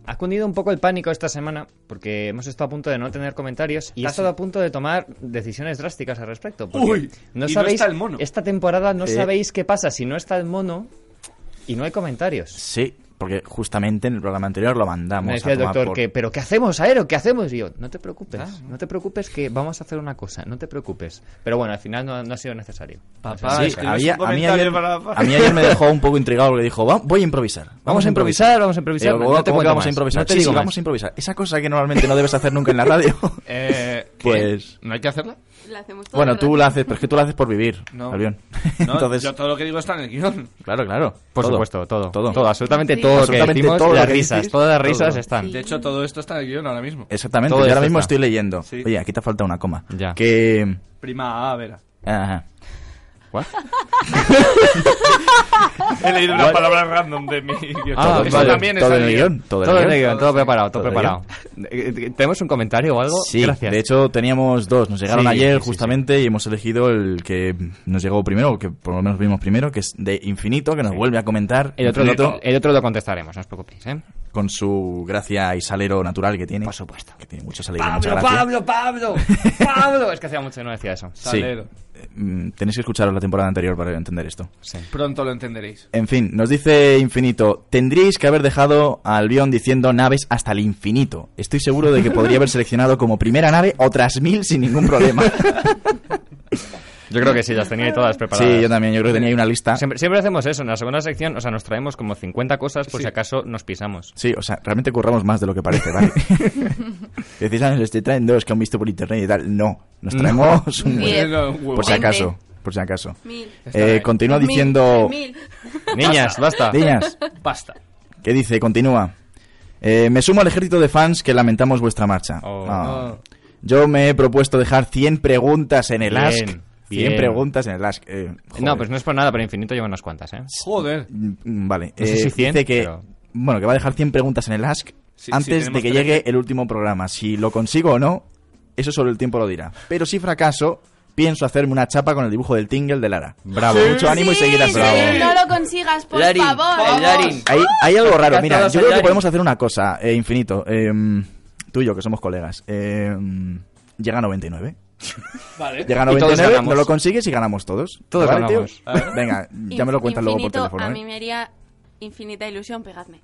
Ha cundido un poco el pánico esta semana porque hemos estado a punto de no tener comentarios y he
Casi.
estado a punto de tomar decisiones drásticas al respecto. porque
Uy,
no
y no
sabéis,
está el mono.
Esta temporada no
Eh.
sabéis qué pasa si no está el mono y no hay comentarios.
Sí, porque justamente en el programa anterior lo mandamos.
Me decía
a
el
tomar
doctor
por-
que, ¿pero qué hacemos, Aero? ¿Qué hacemos? Y yo, no te preocupes, Ah, no te preocupes que vamos a hacer una cosa, no te preocupes. Pero bueno, al final no, no ha sido necesario.
Papá,
"Ah, No ha sido
Ah, Sí,
escribes
necesario.
un
había- a, mí
comentario
ayer,
para-
a mí ayer me dejó un poco intrigado porque dijo, "Va- voy a improvisar.
Vamos a improvisar, vamos a improvisar.
Digo,
no
"¿Cómo que
te cuento
vamos a
más,
improvisar?
no te
Sí,
digo
sí,
más.
vamos a improvisar. Esa cosa que normalmente no debes hacer nunca en la radio.
Eh, ¿qué?
Pues-
¿No hay que hacerla?
La hacemos todo
bueno,
el
tú
rato.
la haces, pero es que tú la haces por vivir,
No.
Albión.
No,
Entonces,
yo todo lo que digo está en el guión.
claro, claro.
Por
todo.
supuesto, todo.
Todo.
Todo, absolutamente
Sí.
todo lo que
Absolutamente
decimos,
todo lo
las
que
risas,
decís,
todas las risas
todo.
están.
De hecho, todo esto está en el guión ahora mismo.
Exactamente,
Todo
yo ahora
esto
mismo
está.
estoy leyendo.
Sí.
Oye, aquí te falta una coma.
Ya.
Que...
Prima A, verá.
Ajá.
He leído una palabra random de mi guión.
Ah,
Eso
vale.
también
todo
está
en el guión. Todo en el guión.
todo preparado, todo
Todo
preparado. Eh, eh, ¿Tenemos un comentario o algo?
Sí,
Gracias.
de hecho teníamos dos, nos llegaron
Sí,
ayer
sí, sí,
justamente y hemos elegido el que nos llegó primero, o que por lo menos vimos primero, que es de Infinito, que nos vuelve a comentar
el, otro
Infinito,
lo, el otro lo contestaremos, no os preocupéis, ¿eh?
con su gracia y salero natural que tiene. Por supuesto. Que tiene mucho salero, mucha gracia.
Pablo,
Pues
Pablo. Es que hacía mucho que no decía eso.
Sí.
Salero.
Eh, mm, Tenéis que escucharos la temporada anterior para entender esto.
Pronto lo entenderéis.
En fin, nos dice Infinito, tendríais que haber dejado a Albion diciendo naves hasta el infinito. Estoy seguro de que podría haber seleccionado como primera nave otras mil sin ningún problema.
Yo creo que sí, las tenía ahí todas preparadas.
sí, yo también, yo creo que tenía ahí una lista.
Siempre, siempre hacemos eso, en la segunda sección, o sea, nos traemos como 50 cosas por si acaso nos pisamos.
Sí, o sea, realmente curramos más de lo que parece, ¿vale? Decís, ah, nos te traen dos que han visto por internet y tal. No, nos traemos un
Diez.
huevo.
Bueno, huevo.
Por
Pues
si
Veinte.
acaso, por si acaso.
Mil.
Eh, continúa
Mil,
diciendo...
Mil.
Niñas, basta.
Niñas,
Basta.
¿qué dice? Continúa. Eh, me sumo al ejército de fans que lamentamos vuestra marcha.
Oh.
Ah. Yo me he propuesto dejar 100 preguntas en el
Bien,
Ask. 100
bien.
preguntas en el Ask. Eh,
No,
joder.
pues no es por nada, pero infinito lleva unas cuantas, ¿eh?
Joder.
Mm, Vale.
No sé si 100,
dice que,
pero-
bueno, que va a dejar 100 preguntas en el Ask
Sí, sí,
antes
tenemos
de que
tres.
llegue el último programa. Si lo consigo o no, eso solo el tiempo lo dirá. Pero si fracaso, pienso hacerme una chapa con el dibujo del Tingle de Lara. Bravo. Mucho ánimo y
Sí,
seguir
sí,
así.
no lo consigas, por
Larin,
favor.
el Larin.
Hay, hay algo raro. Mira,
Todas
yo creo que
bailarín.
podemos hacer una cosa, eh, Infinito. Eh, tú y yo, que somos colegas. Eh, llega a 99.
Vale.
Llega a
Y todos
99,
ganamos.
no lo consigues y ganamos todos.
Todos
¿Te vale,
ganamos.
tío? Venga, ya me lo cuentas luego por
Infinito, A
teléfono.
mí
¿eh?
me haría infinita ilusión, pegadme.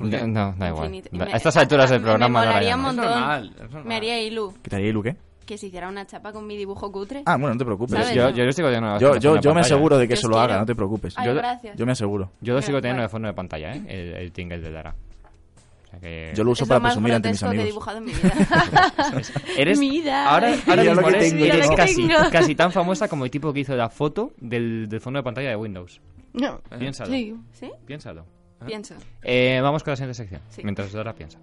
No, no, da igual.
Infinito.
Da-
Me-
A estas alturas del
me-
programa
Me
no
molaría un
haríamos.
Es
montón.
normal, es normal.
Me haría ilu
¿Qué te haría, Luque?
que se hiciera una chapa con mi dibujo cutre.
Ah, bueno, no te preocupes.
¿Sabes?
Pues Yo, yo lo sigo teniendo de
Yo,
fondo de
yo, yo me
pantalla.
aseguro de que
Yo
eso
os
lo haga,
quiero.
no te preocupes.
Ay,
pues yo,
gracias.
yo me aseguro.
Yo lo sigo teniendo
Bueno.
de fondo de pantalla, ¿eh? El, el tingle de Lara. O sea que...
Yo lo uso
es
para
lo más
presumir ante mis
grotesco que
amigos.
he dibujado en mi vida.
Eres...
Mira.
Ahora, ahora
Mira lo
mismo
que
eres,
tengo,
eres
mira lo que
casi,
tengo.
casi tan famosa como el tipo que hizo la foto del, del fondo de pantalla de Windows.
No.
Piénsalo.
Sí.
¿Sí?
Piénsalo.
Ah.
Pienso.
Eh, vamos con la siguiente sección.
Sí.
Mientras Dora piensa.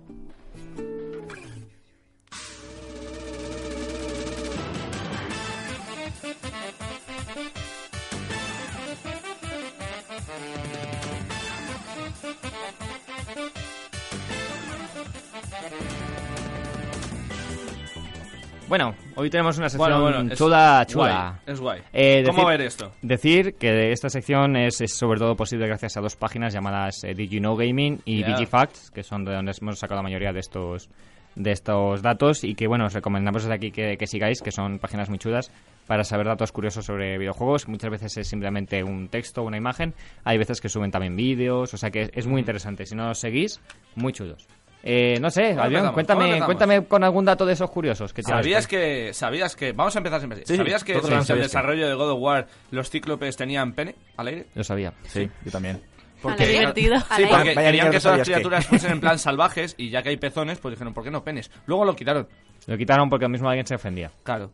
Bueno, hoy tenemos una sección
Bueno, bueno. es
chula,
guay,
chula.
es guay.
Eh,
¿Cómo
decir-
ver esto?
Decir que esta sección es, es sobre todo posible gracias a dos páginas llamadas eh, Did You Know Gaming y
Ya.
DigiFacts, que son de donde hemos sacado la mayoría de estos de estos datos y que bueno, os recomendamos desde aquí que, que sigáis, que son páginas muy chulas para saber datos curiosos sobre videojuegos. Muchas veces es simplemente un texto, una imagen. Hay veces que suben también vídeos, o sea que es, es muy interesante. Si no os seguís, muy chulos. Eh, no sé,
¿Cómo
Albion,
empezamos? ¿Cómo
cuéntame,
empezamos?
cuéntame con algún dato de esos curiosos que tienes.
¿Sabías que, sabías que, vamos a empezar siempre así.
Sí, sí,
¿Sabías que
todo
durante
bien,
el
sabías que.
desarrollo de God of War los cíclopes tenían pene al aire?
Lo sabía.
Sí, yo también.
Porque-
Vale, divertido.
Sí,
Al
porque
Vaya mierda,
querían que todas las
¿sabías qué?
criaturas fuesen en plan salvajes y ya que hay pezones, pues dijeron, ¿por qué no penes? Luego lo quitaron.
Lo quitaron porque mismo alguien se ofendía.
Claro,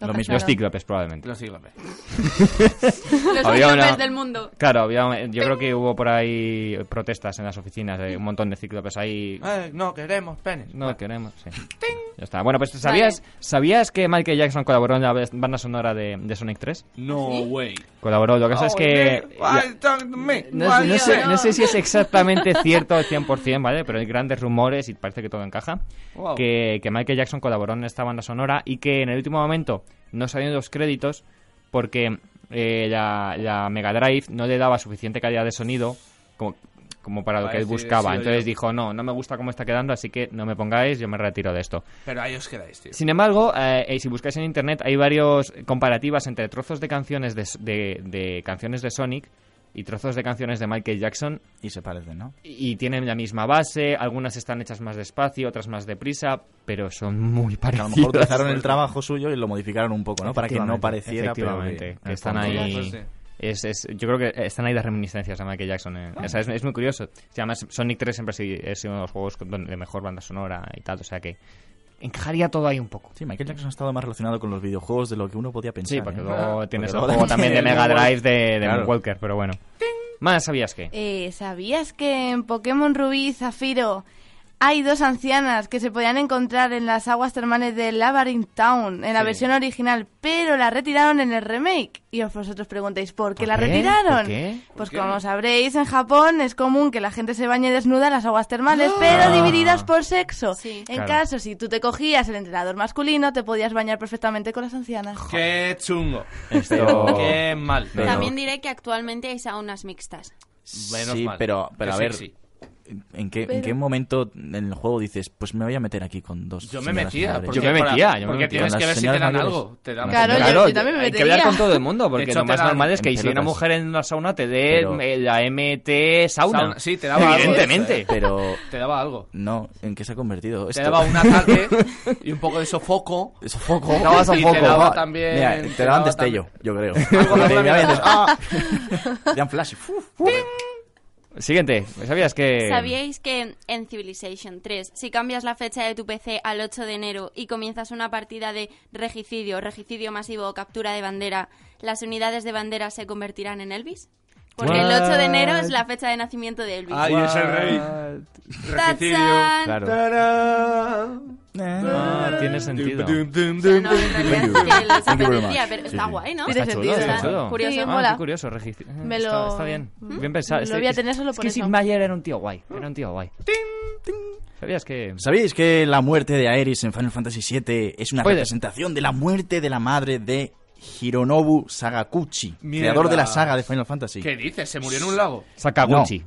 Lo
Lo
mismo.
Los cíclopes, probablemente.
los cíclopes.
Los
Había
hombres
una-
del mundo.
Claro, había- yo creo que hubo por ahí protestas en las oficinas, eh, un montón de cíclopes ahí.
Eh, no queremos penes.
No queremos, sí. Ya está. Bueno, pues ¿sabías, ¿sabías que Michael Jackson colaboró en la bes- banda sonora de, de Sonic 3?
No way.
Colaboró, lo que
Oh,
pasa es que... la-
Why don't me?
no, sé-
Why
no sé,
don't-
no sé si es exactamente cierto al 100%, ¿vale? Pero hay grandes rumores y parece que todo encaja.
Wow.
Que, que Michael Jackson colaboró en esta banda sonora y que en el último momento no salieron los créditos porque eh, la, la Mega Drive no le daba suficiente calidad de sonido como como para lo que él
Parecido,
buscaba.
sí,
Entonces
yo.
dijo, no, no me gusta cómo está quedando, así que no me pongáis, yo me retiro de esto.
Pero ahí os quedáis, tío.
Sin embargo, eh, eh, si buscáis en internet hay varios comparativas entre trozos de canciones de, S- de- de canciones de Sonic y trozos de canciones de Michael Jackson
Y se parecen, ¿no?
y tienen la misma base, algunas están hechas más despacio, otras más deprisa, pero son
Que
muy
a
parecidas.
lo mejor dejaron el trabajo suyo y lo modificaron un poco, ¿no? Para que no
Efectivamente,
pareciera, pero que-
efectivamente,
en
que
el
están
fondo-
ahí.
Pues sí.
Es, es- yo creo que están ahí las reminiscencias a Michael Jackson. eh. O sea, es, es muy curioso. Y Además, Sonic 3 siempre ha sido- es uno de los juegos con- donde- de mejor banda sonora y tal. O sea que encajaría todo ahí un poco.
Sí, Michael Jackson ha estado más relacionado con los videojuegos de lo que uno podía pensar.
Sí, porque
¿eh?
Ah,
luego tienes
luego
el juego
tenemos
también de
el
Mega
Moonwalker.
Drive de, de
Claro.
Moonwalker, pero bueno. Más sabías que.
Eh, ¿Sabías que en Pokémon Rubí y Zafiro hay dos ancianas que se podían encontrar en las aguas termales de Labyrinth Town en la
Sí.
versión original, pero la retiraron en el remake? Y os vosotros preguntáis, ¿por qué
¿Por
la
qué?
retiraron?
¿Por qué?
Pues
¿Por qué?
como sabréis, en Japón es común que la gente se bañe desnuda en las aguas termales, pero divididas por sexo.
Sí.
En
¡Ah! Claro.
caso, si tú te cogías el entrenador masculino, te podías bañar perfectamente con las ancianas.
Qué chungo.
Esto-
Qué mal.
No, no.
También diré que actualmente hay saunas mixtas.
Menos
sí,
mal.
pero, pero
Qué
a ver,
sexy.
¿en qué, ¿en
Pero-
qué momento en el juego dices, pues me voy a meter aquí con dos?
Yo me
señoras
metía.
mayores"?
Porque
Yo me
para-
metía, yo me
Porque
metía.
tienes que
Las
ver si te
señoras
dan
mayores.
algo. Te dan
Claro,
algo.
yo- yo también me
hay que
metería.
hablar con todo el mundo,
De
porque
hecho,
lo más
te dan
normal es que
en
si una
pelotas.
mujer en una sauna te dé
Pero-
eh, la MT sauna.
Sauna, sí, te daba algo,
Evidentemente.
Pero,
Te daba algo.
no, ¿en qué se ha convertido esto?
Te daba un ataque y un poco de sofoco.
Sofoco.
Te daba
Y te
sofoco.
daba-
también-
Mira,
te
te daban
daba
destello, yo creo.
Algo de
Te
la
daban-
vida.
¡Ah! Te dan flash. ¡fu!
Siguiente, ¿sabías
Eh.
que...?
¿Sabíais que en Civilization 3, si cambias la fecha de tu PC al 8 de enero y comienzas una partida de regicidio, regicidio masivo o captura de bandera, las unidades de bandera se convertirán en Elvis? Porque el 8 de enero es la fecha de nacimiento de Elvis.
Ay, es el rey.
¡Tachán!
Claro.
Tarán.
Ah, tiene sentido.
Dum, dum, dum,
O sea, no, en
dum.
realidad
Thank you.
es que lo
Thank you very
sacan el día,
much.
pero
Sí,
está
sí.
guay, ¿no?
Tiene
Está chulo,
sentido,
está
¿eh?
chulo.
Curioso.
Ah,
Ah,
mola.
qué curioso, registro.
Me
Está,
lo-
está bien.
¿Mm?
Bien pensado.
Lo
Este-
voy a tener solo
es
por
que
eso. ¿Mm?
Sid Meier era un tío guay. Era un tío guay. ¿Sabías que...?
¿Sabéis que la muerte de Aeris en Final Fantasy VII es una
Spoiler.
representación de la muerte de la madre de Hironobu Sagaguchi,
Mierda.
creador de la saga de Final Fantasy?
¿Qué dices? ¿Se murió en un lago?
Sakaguchi.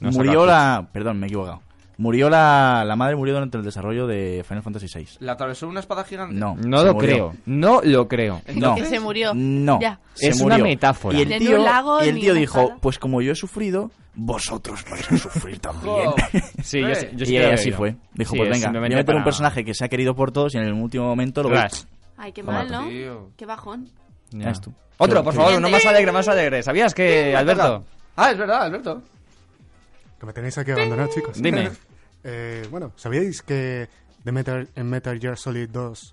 No,
murió
Sakaguchi.
la... Perdón, me he equivocado. Murió la... La madre murió durante el desarrollo de Final Fantasy VI.
¿La atravesó una espada gigante?
No.
No
se
lo
murió.
creo. No lo creo.
No.
Que se murió.
No.
Ya.
se
Es una
murió.
metáfora.
Y el
En un
tío,
lago,
y el
ni
tío
una
dijo,
espada.
pues como yo he sufrido, vosotros vais a sufrir también.
Oh.
Sí, yo,
Eh.
sí- yo sí
y
que lo he
así
oído.
fue. Dijo,
Sí,
pues venga, voy
es
a
simplemente
meter un
para-
personaje que se ha querido por todos y en el último momento lo voy...
Ras.
Ay, qué
Lo
mal,
mato.
¿no?
Tío.
Qué bajón.
Ya.
Ya es tú.
Otro,
Qué-
por
qué-
favor, uno más alegre, más alegre. ¿Sabías que, Alberto?
Ah, es verdad, Alberto.
Que me tenéis aquí abandonado, chicos.
Dime.
Eh, bueno, ¿sabíais que de Metal, en Metal Gear Solid 2,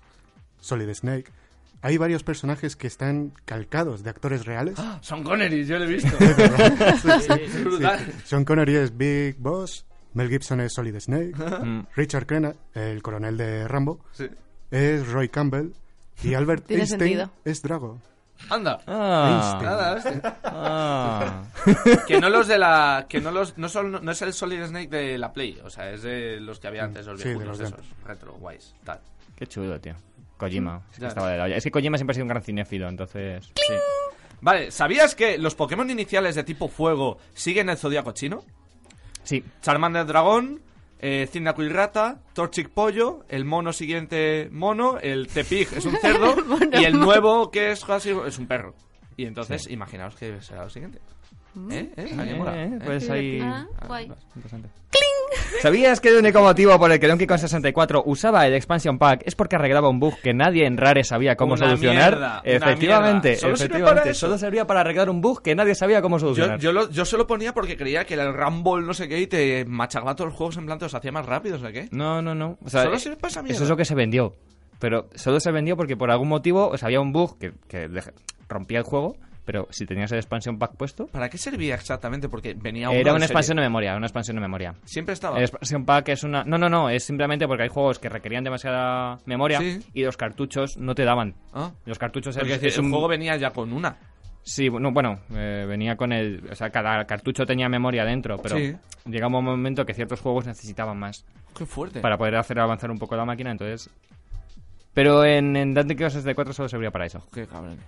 Solid Snake, hay varios personajes que están calcados de actores reales?
Ah, Son Connery, yo lo he visto. Es brutal.
Sean Connery es Big Boss, Mel Gibson es Solid Snake,
Mm.
Richard Crenna, el coronel de Rambo,
Sí.
es Roy Campbell y Albert
Tiene
Einstein
sentido.
es Drago.
Anda.
Ah,
Nada, este. hostia.
ah.
que no los de la que no los no son no es el Solid Snake de la Play, o sea, es de los que había antes los
Sí, de
viejunos
los de
esos, retro guays, tal.
Qué chulo, tío. Kojima. Es que,
Ya.
estaba de la olla. Es que Kojima siempre ha sido un gran cinéfilo, entonces... Sí.
Vale, ¿sabías que los Pokémon iniciales de tipo fuego siguen el zodiaco chino?
Sí.
Charmander dragón, eh, Cyndaquil rata, Torchic pollo, el mono siguiente mono, el Tepig es un cerdo y el nuevo que es casi es un perro. Y entonces, imaginaos que será lo siguiente. ¿Eh? ¿Eh? ¿A qué mola?
Eh,
¿Eh?
pues ahí...
Ah, guay.
¿Sabías que el único motivo por el que Donkey Kong 64 usaba el Expansion Pack es porque arreglaba un bug que nadie en Rare sabía cómo
Una
solucionar?
mierda, una
efectivamente,
mierda. Solo sirve
efectivamente.
para eso.
Solo servía para arreglar un bug que nadie sabía cómo
Yo,
solucionar.
yo, lo, yo se lo ponía porque creía que el Rumble no sé qué y te machacaba todos los juegos en plan te los hacía más rápidos, ¿o qué?
No, no, no. O sea,
Solo
eh,
sirve para esa mierda.
eso es lo que se vendió. Pero solo se vendió porque por algún motivo o sea, había un bug que, que deja- rompía el juego, pero si tenías el expansion pack puesto...
¿Para qué servía exactamente? Porque venía uno
Era
en Ah,
una
serie.
expansión de memoria, una expansión de memoria.
Siempre estaba.
El expansion pack es una... No, no, no, es simplemente porque hay juegos que requerían demasiada memoria
Sí.
y los cartuchos no te daban.
Ah.
Los cartuchos
Porque
es,
es decir,
es
el
un
juego venía ya con una.
Sí, bueno, bueno eh, venía con el... O sea, cada cartucho tenía memoria dentro, pero
Sí.
llegaba un momento que ciertos juegos necesitaban más
Qué fuerte.
para poder hacer avanzar un poco la máquina, entonces... Pero en, en Dante Kiosk 64 solo servía para eso.
Qué cabrón.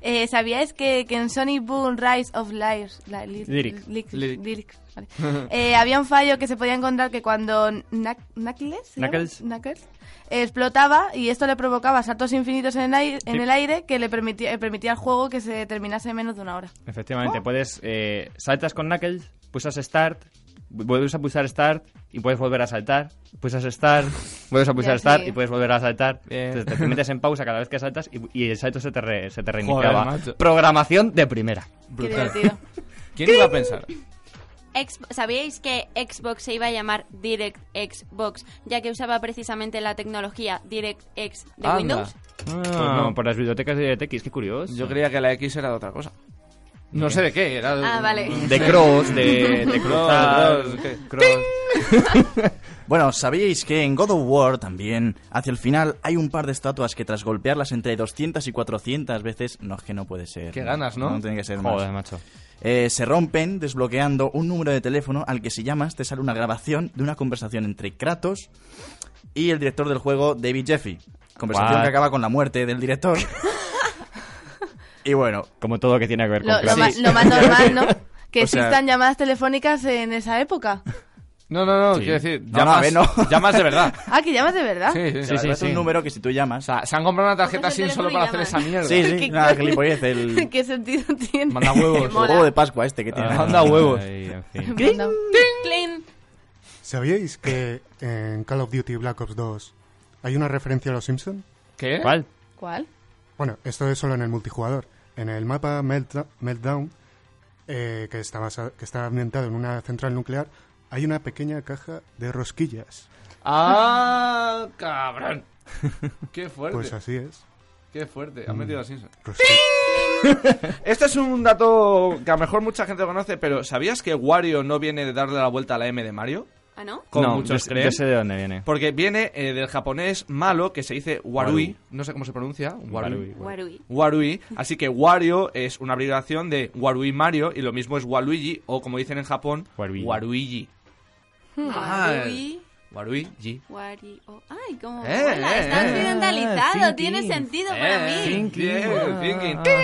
Eh, ¿Sabíais que, que en Sonic Boom Rise of Liars, la- li-
Lyric.
lyrics,
Lyric.
lyrics, vale. Eh, había un fallo que se podía encontrar que cuando Knack- Knuckles, ¿se llama?
Knuckles.
Knuckles, eh, explotaba y esto le provocaba saltos infinitos en el aire, en
Sí.
el aire que le permitía, eh, permitía al juego que se terminase en menos de una hora.
Efectivamente, puedes. eh, saltas con Knuckles, pulsas Start, vu- vuelves a pulsar Start y puedes volver a saltar. Pulsas Start, vuelves a pulsar
así.
Start y puedes volver a saltar.
Bien.
Entonces te metes en pausa cada vez que saltas y, y el salto se te, re- se te
Joder,
reiniciaba.
macho.
Programación de primera.
Qué
Brutal.
divertido.
¿Quién iba a pensar?
Ex- ¿Sabíais que Xbox se iba a llamar Direct Xbox, ya que usaba precisamente la tecnología DirectX de
Anda. Ah,
Windows?
Pues
Pues
no, por las bibliotecas de DTX, qué curioso.
Yo creía que la X era de otra cosa. No sé de qué, era de...
Ah, vale.
De cross, de, de cruzar,
Cross, ¿qué?
cross.
Bueno, ¿sabíais que en God of War también, hacia el final, hay un par de estatuas que tras golpearlas entre 200 y 400 veces, no es que no puede ser.
Qué ganas, ¿no?
No tiene que ser más.
Joder, macho.
Eh, se rompen desbloqueando un número de teléfono al que si llamas te sale una grabación de una conversación entre Kratos y el director del juego, David Jeffy. Conversación
What?
que acaba con la muerte del director. y bueno,
Como todo lo que tiene que ver con
Lo, lo
Kratos.
ma- lo más normal, ¿no? Que
O sea-
existan llamadas telefónicas en esa época.
No, no, no,
Sí.
quiero decir,
No, no, a
llamas,
ver, no.
llamas de verdad.
Ah, que llamas de verdad.
Sí, sí, sí.
Sí, sí,
es
sí.
un número que si tú llamas...
O sea, se han comprado una tarjeta
Coges el
SIM solo para
teléfono y
hacer esa
llamas.
mierda.
Sí, sí,
¿Qué
nada,
coño?
gilipollez, el...
¿Qué sentido tiene?
Manda
el
huevos.
Mola.
juego de Pascua este que tiene...
Ah, anda huevos.
Ay, en fin.
Manda-
Clean.
¿Sabíais que en Call of Duty Black Ops 2 hay una referencia a los Simpson?
¿Qué?
¿Cuál?
¿Cuál?
Bueno, esto es solo en el multijugador. En el mapa Meltda- Meltdown, eh, que, está basa- que está ambientado en una central nuclear, hay una pequeña caja de rosquillas.
Ah, cabrón. Qué fuerte.
Pues así es.
Qué fuerte. Han metido a Simpson.
Rosquillas.
Este es un dato que a lo mejor mucha gente conoce, pero ¿sabías que Wario no viene de darle la vuelta a la M de Mario?
¿Ah, no?
Como
no,
muchos
yo,
creen.
yo sé de dónde viene.
Porque viene eh, del japonés malo que se dice Warui.
Warui.
No sé cómo se pronuncia.
Warui.
Warui.
Warui.
Warui. Así que Wario es una abreviación de Warui Mario y lo mismo es Waluigi o como dicen en Japón,
Warui.
Waruigi. Ah,
Warui.
Waruigi.
Wario. Ay, cómo
Eh,
mola.
eh,
Está
eh.
occidentalizado.
Ah,
Tiene
thinking.
sentido para
Eh,
mí.
bien, thinking. Ah.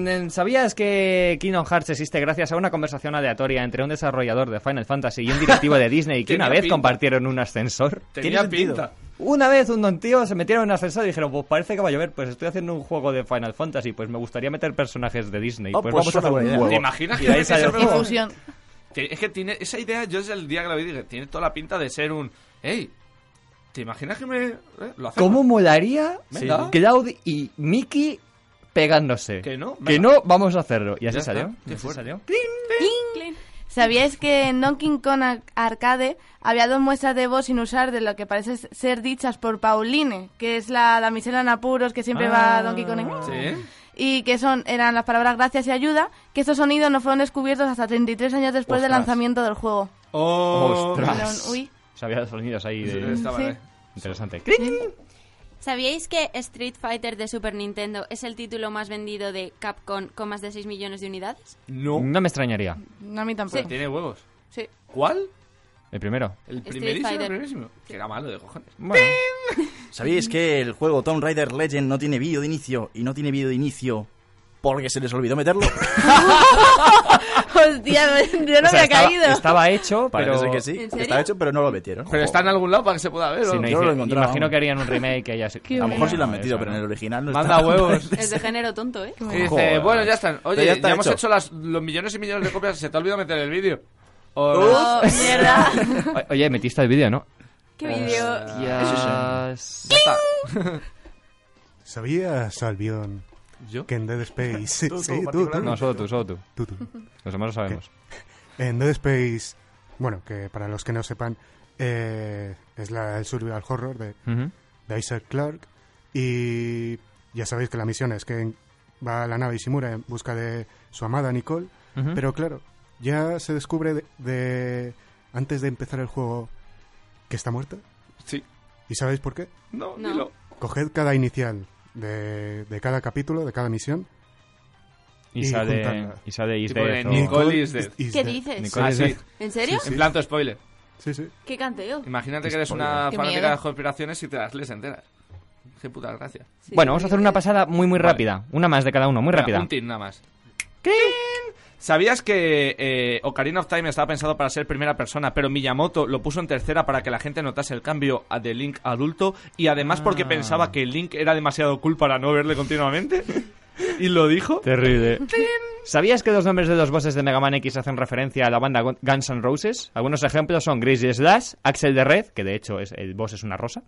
Eh, ¿Sabías que Kingdom Hearts existe gracias a una conversación aleatoria entre un desarrollador de Final Fantasy y un directivo de Disney que
Tenía
una vez
pinta.
compartieron un ascensor?
Tenía
Tiene sentido.
pinta.
Una vez un don tío se metieron en un ascensor y dijeron, pues parece que va a llover, pues estoy haciendo un juego de Final Fantasy, pues me gustaría meter personajes de Disney.
Oh,
pues,
pues
vamos a
suena
hacer un
buena idea.
juego.
¿Te imaginas
Y
que
ahí
ese
salió el
juego?
juego.
Infusión.
Te- Es que tiene esa idea, yo desde el día que la vi dije, tiene toda la pinta de ser un... Ey, ¿te imaginas que me... eh, lo hacemos?
¿Cómo molaría
Venga.
Cloud y Mickey pegándose?
Que no,
Que
venga.
no, vamos a hacerlo. Y así
Ya está.
salió.
Qué
y así
fuerte.
salió.
Clean.
¿Sabíais que en Donkey Kong Ar- Arcade había dos muestras de voz sin usar de lo que parece ser dichas por Pauline, que es la damisela en apuros que siempre va
Ah,
a Donkey Kong? en-
Sí.
Y que son eran las palabras gracias y ayuda, que estos sonidos no fueron descubiertos hasta 33 años después del
Ostras.
lanzamiento del juego.
Oh,
Ostras.
Dijeron, uy,
Se había sonidos ahí de...
Está vale.
Interesante.
¿Sabíais que Street Fighter de Super Nintendo es el título más vendido de Capcom con más de 6 millones de unidades?
No.
No me extrañaría.
no a mí tampoco.
Tiene huevos.
Sí.
¿Cuál?
El primero.
El
Street
primerísimo, el
Fighter.
primerísimo. Que era malo de cojones.
Bueno,
¿Sabíais que el juego Tomb Raider Legend no tiene vídeo de inicio y no tiene vídeo de inicio porque se les olvidó meterlo?
Hostia, me- yo no
o sea,
me ha
estaba,
caído.
estaba hecho,
Parece
pero...
ser que sí,
¿En
que
serio?
estaba hecho, pero no lo metieron.
Pero está en algún lado para que se pueda ver.
Sí,
¿o?
no
yo lo
hice-
he encontrado.
imagino que harían un remake y así.
Qué
A lo
bueno.
mejor sí lo han
No,
metido,
esa
pero en
no.
el original no
Manda
está.
huevos.
Es de género tonto, ¿eh?
Y dice,
Joder.
bueno, ya están. Oye,
Pero ya
ya,
está
hemos
hecho.
hecho las, los millones y millones de copias. Se te ha olvidado meter el vídeo. O-
Oh, mierda.
O- Oye, metiste el vídeo, ¿no?
¿Qué vídeo?
Yes.
Ya está.
¿Sabías, Salvión,
¿Yo?
que en Dead Space...
Tú, tú,
sí, tú, tú,
particularmente.
No, solo tú, solo tú.
tú, tú.
Los demás lo sabemos.
En Dead Space, bueno, que para los que no sepan, eh, es la, el survival horror de,
Ujú.
de Isaac Clarke. Y ya sabéis que la misión es que va a la nave Ishimura en busca de su amada Nicole.
Ujú.
Pero claro, ya se descubre de, de- antes de empezar el juego que está muerta.
Sí.
¿Y sabéis por qué?
No,
No.
dilo.
Coged cada inicial de, de cada capítulo, de cada misión.
Y
y
eh,
sale,
juntarla.
y sale
Tipo de
Isde.
Nico. Nicole is dead.
is
¿Qué
este
dead.
dices?
Nicole-
Ah, sí.
¿En serio?
Sí,
En plan, tu spoiler.
Sí, sí.
¿Qué canteo?
Imagínate que eres una
Qué
fanática
miedo.
de las conspiraciones y te las lees enteras. Qué puta gracia.
Sí,
bueno, vamos a hacer una pasada muy, muy
Vale.
rápida. Una más de cada uno, muy
Venga,
rápida.
Un tin nada más. Tin. ¿Sabías que eh, Ocarina of Time estaba pensado para ser primera persona, pero Miyamoto lo puso en tercera para que la gente notase el cambio a de Link adulto y además porque
Ah.
pensaba que Link era demasiado cool para no verle continuamente? ¿Y lo dijo?
Terrible. ¿Sabías que los nombres de los bosses de Mega Man X hacen referencia a la banda Gu- Guns N' Roses? Algunos ejemplos son Grizzly Slash, Axel de Red, que de hecho es, el boss es una rosa,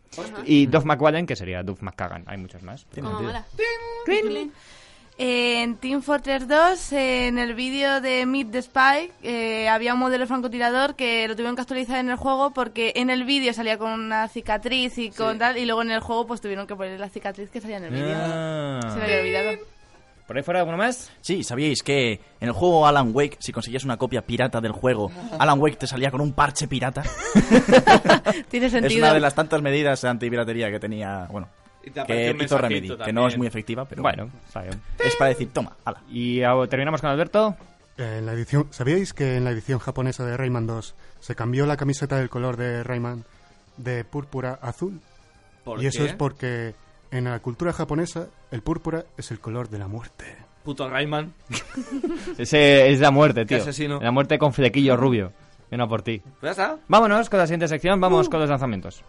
y Duff McWallen, que sería Duff McCagan. Hay muchos más.
Como mola.
En Team Fortress 2, eh, en el vídeo de Meet the Spy, eh, había un modelo francotirador que lo tuvieron que actualizar en el juego porque en el vídeo salía con una cicatriz y con tal, y luego en el juego pues tuvieron que poner la cicatriz que salía en el vídeo.
Ah.
Se me había olvidado.
¿Por ahí fuera alguno más?
Sí, sabíais que en el juego Alan Wake, si conseguías una copia pirata del juego, Alan Wake te salía con un parche pirata.
Tiene
es
sentido.
una de las tantas medidas antipiratería que tenía, bueno,
Y te apareció
que
un
hizo
mensajito
Remedy, que
también.
no es muy efectiva, pero
Bueno, está bien.
es para decir, toma, ala.
Y ah, terminamos con Alberto.
Eh, en la edición, ¿Sabíais que en la edición japonesa de Rayman 2 se cambió la camiseta del color de Rayman de púrpura a azul?
¿Por
Y eso
qué?
es porque en la cultura japonesa el púrpura es el color de la muerte.
Puto Rayman.
Ese es la muerte, tío.
asesino.
La muerte con flequillo rubio. Venga por ti.
Pues ya está.
Vámonos con la siguiente sección, vamos con los lanzamientos.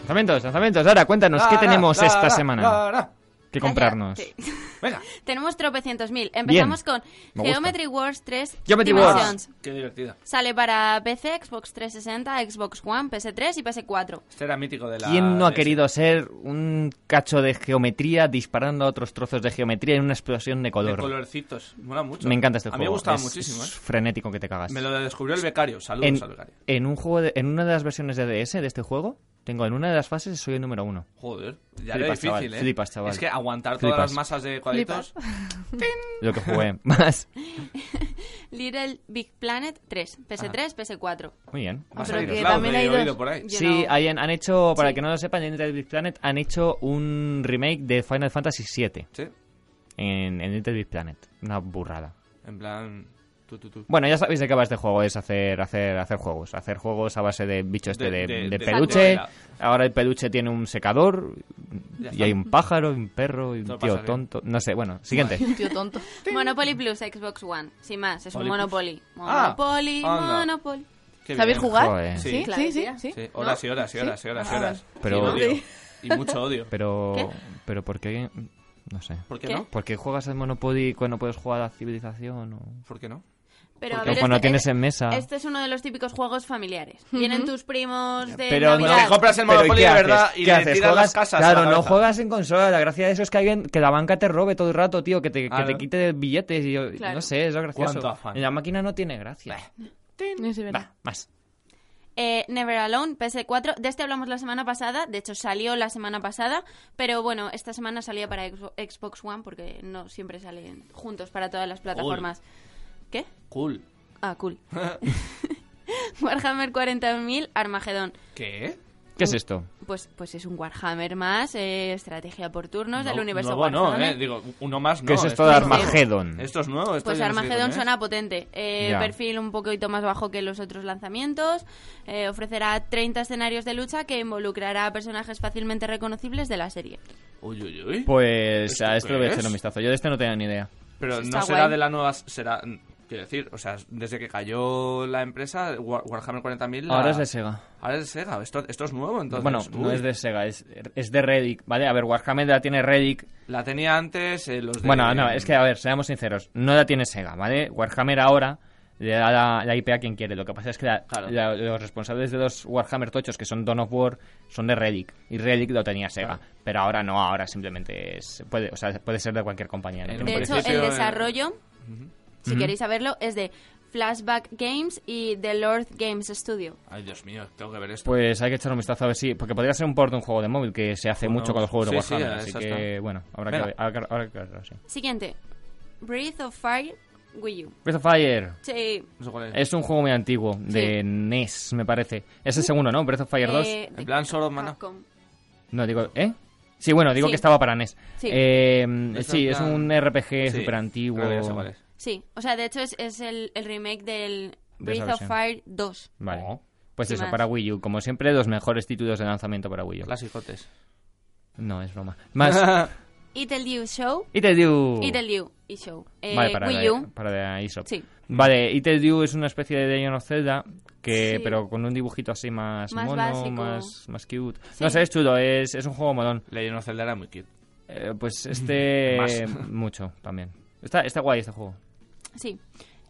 Lanzamientos, lanzamientos. Ahora, cuéntanos, ¿qué
Ra, ra,
tenemos
ra,
esta
ra,
semana
ra, ra.
que comprarnos?
Sí.
Venga.
Tenemos tropecientos mil. Empezamos
Me
con
gusta.
Geometry Wars 3
Geometry Wars.
Dimensions.
Qué divertida.
Sale para PC, Xbox 360, Xbox One, PS3 y PS4.
Este era mítico de la...
¿Quién no ha
de-
querido ser un cacho de geometría disparando a otros trozos de geometría en una explosión de
De
color?
colorcitos. Mola mucho.
Me encanta este
A
juego.
mí me gustaba
Es-
muchísimo, ¿eh?
Es frenético que te cagas.
Me lo descubrió el becario. Saludos
en,
al becario.
en un juego de- en una de las versiones de DS de este juego, tengo en una de las fases soy el número uno.
Joder, ya era
Flipas,
difícil,
chaval,
¿eh?
flipas, chaval.
Es que aguantar todas
Flipas.
las masas de cuadritos.
Lo que jugué más.
Little Big Planet 3, PS3, PS4.
Muy bien.
Vas
Pero
a ir
que
aislado,
también
te he
hay dos.
oído por ahí.
Ah, Yo
Sí,
no-
hay en- han hecho, para
Sí.
el que no lo sepan, en Little Big Planet han hecho un remake de Final Fantasy VII
Sí,
en, en Little Big Planet. Una burrada.
en plan... Tú, tú, tú.
Bueno, ya sabéis de qué va este juego, es hacer, hacer, hacer juegos. Hacer juegos a base de bicho este
De-
de,
de-
de
de-
peluche.
de-
Ahora el peluche tiene un secador.
Ya
Y
está.
hay un pájaro, y un perro, y
Todo
un
pasa
tío
bien.
tonto. No sé, bueno, siguiente.
Tío tonto.
Monopoly Plus, Xbox One. Sin más, es un
Monopoly
Monopoly.
Ah,
Monopoly,
anda.
Monopoly.
Qué
¿Sabéis
bien.
jugar?
Joder.
Sí.
Sí,
Claro,
sí, sí.
tía.
sí. Ah,
Sí, horas y horas y horas y horas y horas.
Pero-
Y odio. Y mucho odio.
Pero,
¿Qué?
pero ¿por qué? No sé.
¿Por qué,
¿Qué?
no?
¿Por qué juegas al Monopoly cuando puedes jugar a Civilización? O...
¿Por qué no?
Pero a
o
ver,
cuando
este-
tienes en mesa.
Este es uno de los típicoos juegos familiares. Vienen tus primos de
Pero
Cuando
no-
Navidad.
te compras el
Pero ¿y
Monopoly
qué
de
haces?
verdad y
¿Qué
le
haces?
tiras
¿Juegas?
las casas a la
Claro, no
cabeza.
juegas en consola. La gracia de eso es que alguien, que la banca te robe todo el rato, tío, que te,
Claro.
que te quite billetes y yo-
Claro.
no sé, es lo gracioso.
Cuánto afán.
En la máquina no tiene gracia.
No sé,
Va, más.
Eh, Never Alone, PS4. De este hablamos la semana pasada. De hecho, salió la semana pasada. Pero bueno, esta semana salía para Exo- Xbox One porque no siempre salen juntos para todas las plataformas. ¿Qué?
Cool.
Ah, cool. Warhammer 40.000, Armagedón.
¿Qué?
¿Qué es esto?
Pues, pues es un Warhammer más, eh, estrategia por turnos del
No-
universo
nuevo no,
Warhammer.
eh. Digo, uno más no.
¿Qué es esto de
es
Armageddon?
nuevo. Esto es nuevo. esto
Pues
yo no sé
Armagedón
qué
suena potente. Eh,
Ya.
Perfil un poquito más bajo que los otros lanzamientos. Eh, ofrecerá 30 escenarios de lucha que involucrará a personajes fácilmente reconocibles de la serie.
es. Uy, uy, uy.
Pues a
¿Esto
esto le voy
qué
a echar
es?
un vistazo. Yo de este no tenía ni idea.
Pero
Está
no será
guay.
de la nueva... Será... Quiero decir, o sea, desde que cayó la empresa, War- Warhammer 40.000... la-
Ahora es de Sega.
Ahora es de Sega. Esto, esto es nuevo, entonces.
bueno, no
Uy.
es de Sega, es, es de Reddick, ¿vale? A ver, Warhammer la tiene Reddick,
La tenía antes eh, los de...
Bueno, no, es que, a ver, seamos sinceros, no la tiene Sega, ¿vale? Warhammer ahora le da la, la IP a quien quiere. Lo que pasa es que la-
Claro.
la- los responsables de los Warhammer tochos, que son Dawn of War, son de Relic. Y Relic lo tenía Sega. Pero ahora no, ahora simplemente es, puede, o sea, puede ser de cualquier compañía. ¿no?
En
No
un
De
puede
hecho,
ser-
principio,
el
eh,
desarrollo, si queréis saberlo, es de Flashback Games y The Lord Games Studio.
Ay, Dios mío, tengo que ver esto.
Pues hay que echar un vistazo a ver si... Porque podría ser un port de un juego de móvil, que se hace
Bueno,
mucho con los juegos de
sí, sí,
Warhammer. así
eso
que,
está.
bueno, habrá que,
Venga.
ver- habrá que- habrá que verlo, sí.
Siguiente, Breath of Fire Wii U.
Breath of Fire.
Sí.
No sé cuál es.
Es un juego muy antiguo, E de NES, me parece. Es el segundo, ¿no? Breath of Fire 2.
eh,
En plan, solo mano.
Capcom.
No, digo, ¿eh? Sí, bueno, digo
Sí.
que estaba para NES.
Sí.
Eh,
Eso
sí,
en
es
plan-
un RPG
Sí,
súper antiguo.
creo que ya sé cuál es.
Sí, o sea, de hecho es, es el, el remake del
De esa
Breath
versión.
of Fire 2.
Vale. Pues
Oh. ¿Qué
eso,
más?
para Wii U. Como siempre, los mejores títulos de lanzamiento para Wii U.
Clasicotes.
No, es broma. Más.
Itel You Show.
Itel You.
Itel You y Show. Eh,
Vale, para
Wii
la-
U.
para la eShop.
Sí.
Vale, Itel You es una especie de Legend of Zelda, que,
Sí.
pero con un dibujito así más,
Más
mono,
básico.
más, más cute.
Sí.
No sé, es chulo, es, es un juego molón.
Legend of Zelda era muy cute.
Eh, pues este...
Más.
Mucho, también. Está, está guay este juego.
Sí.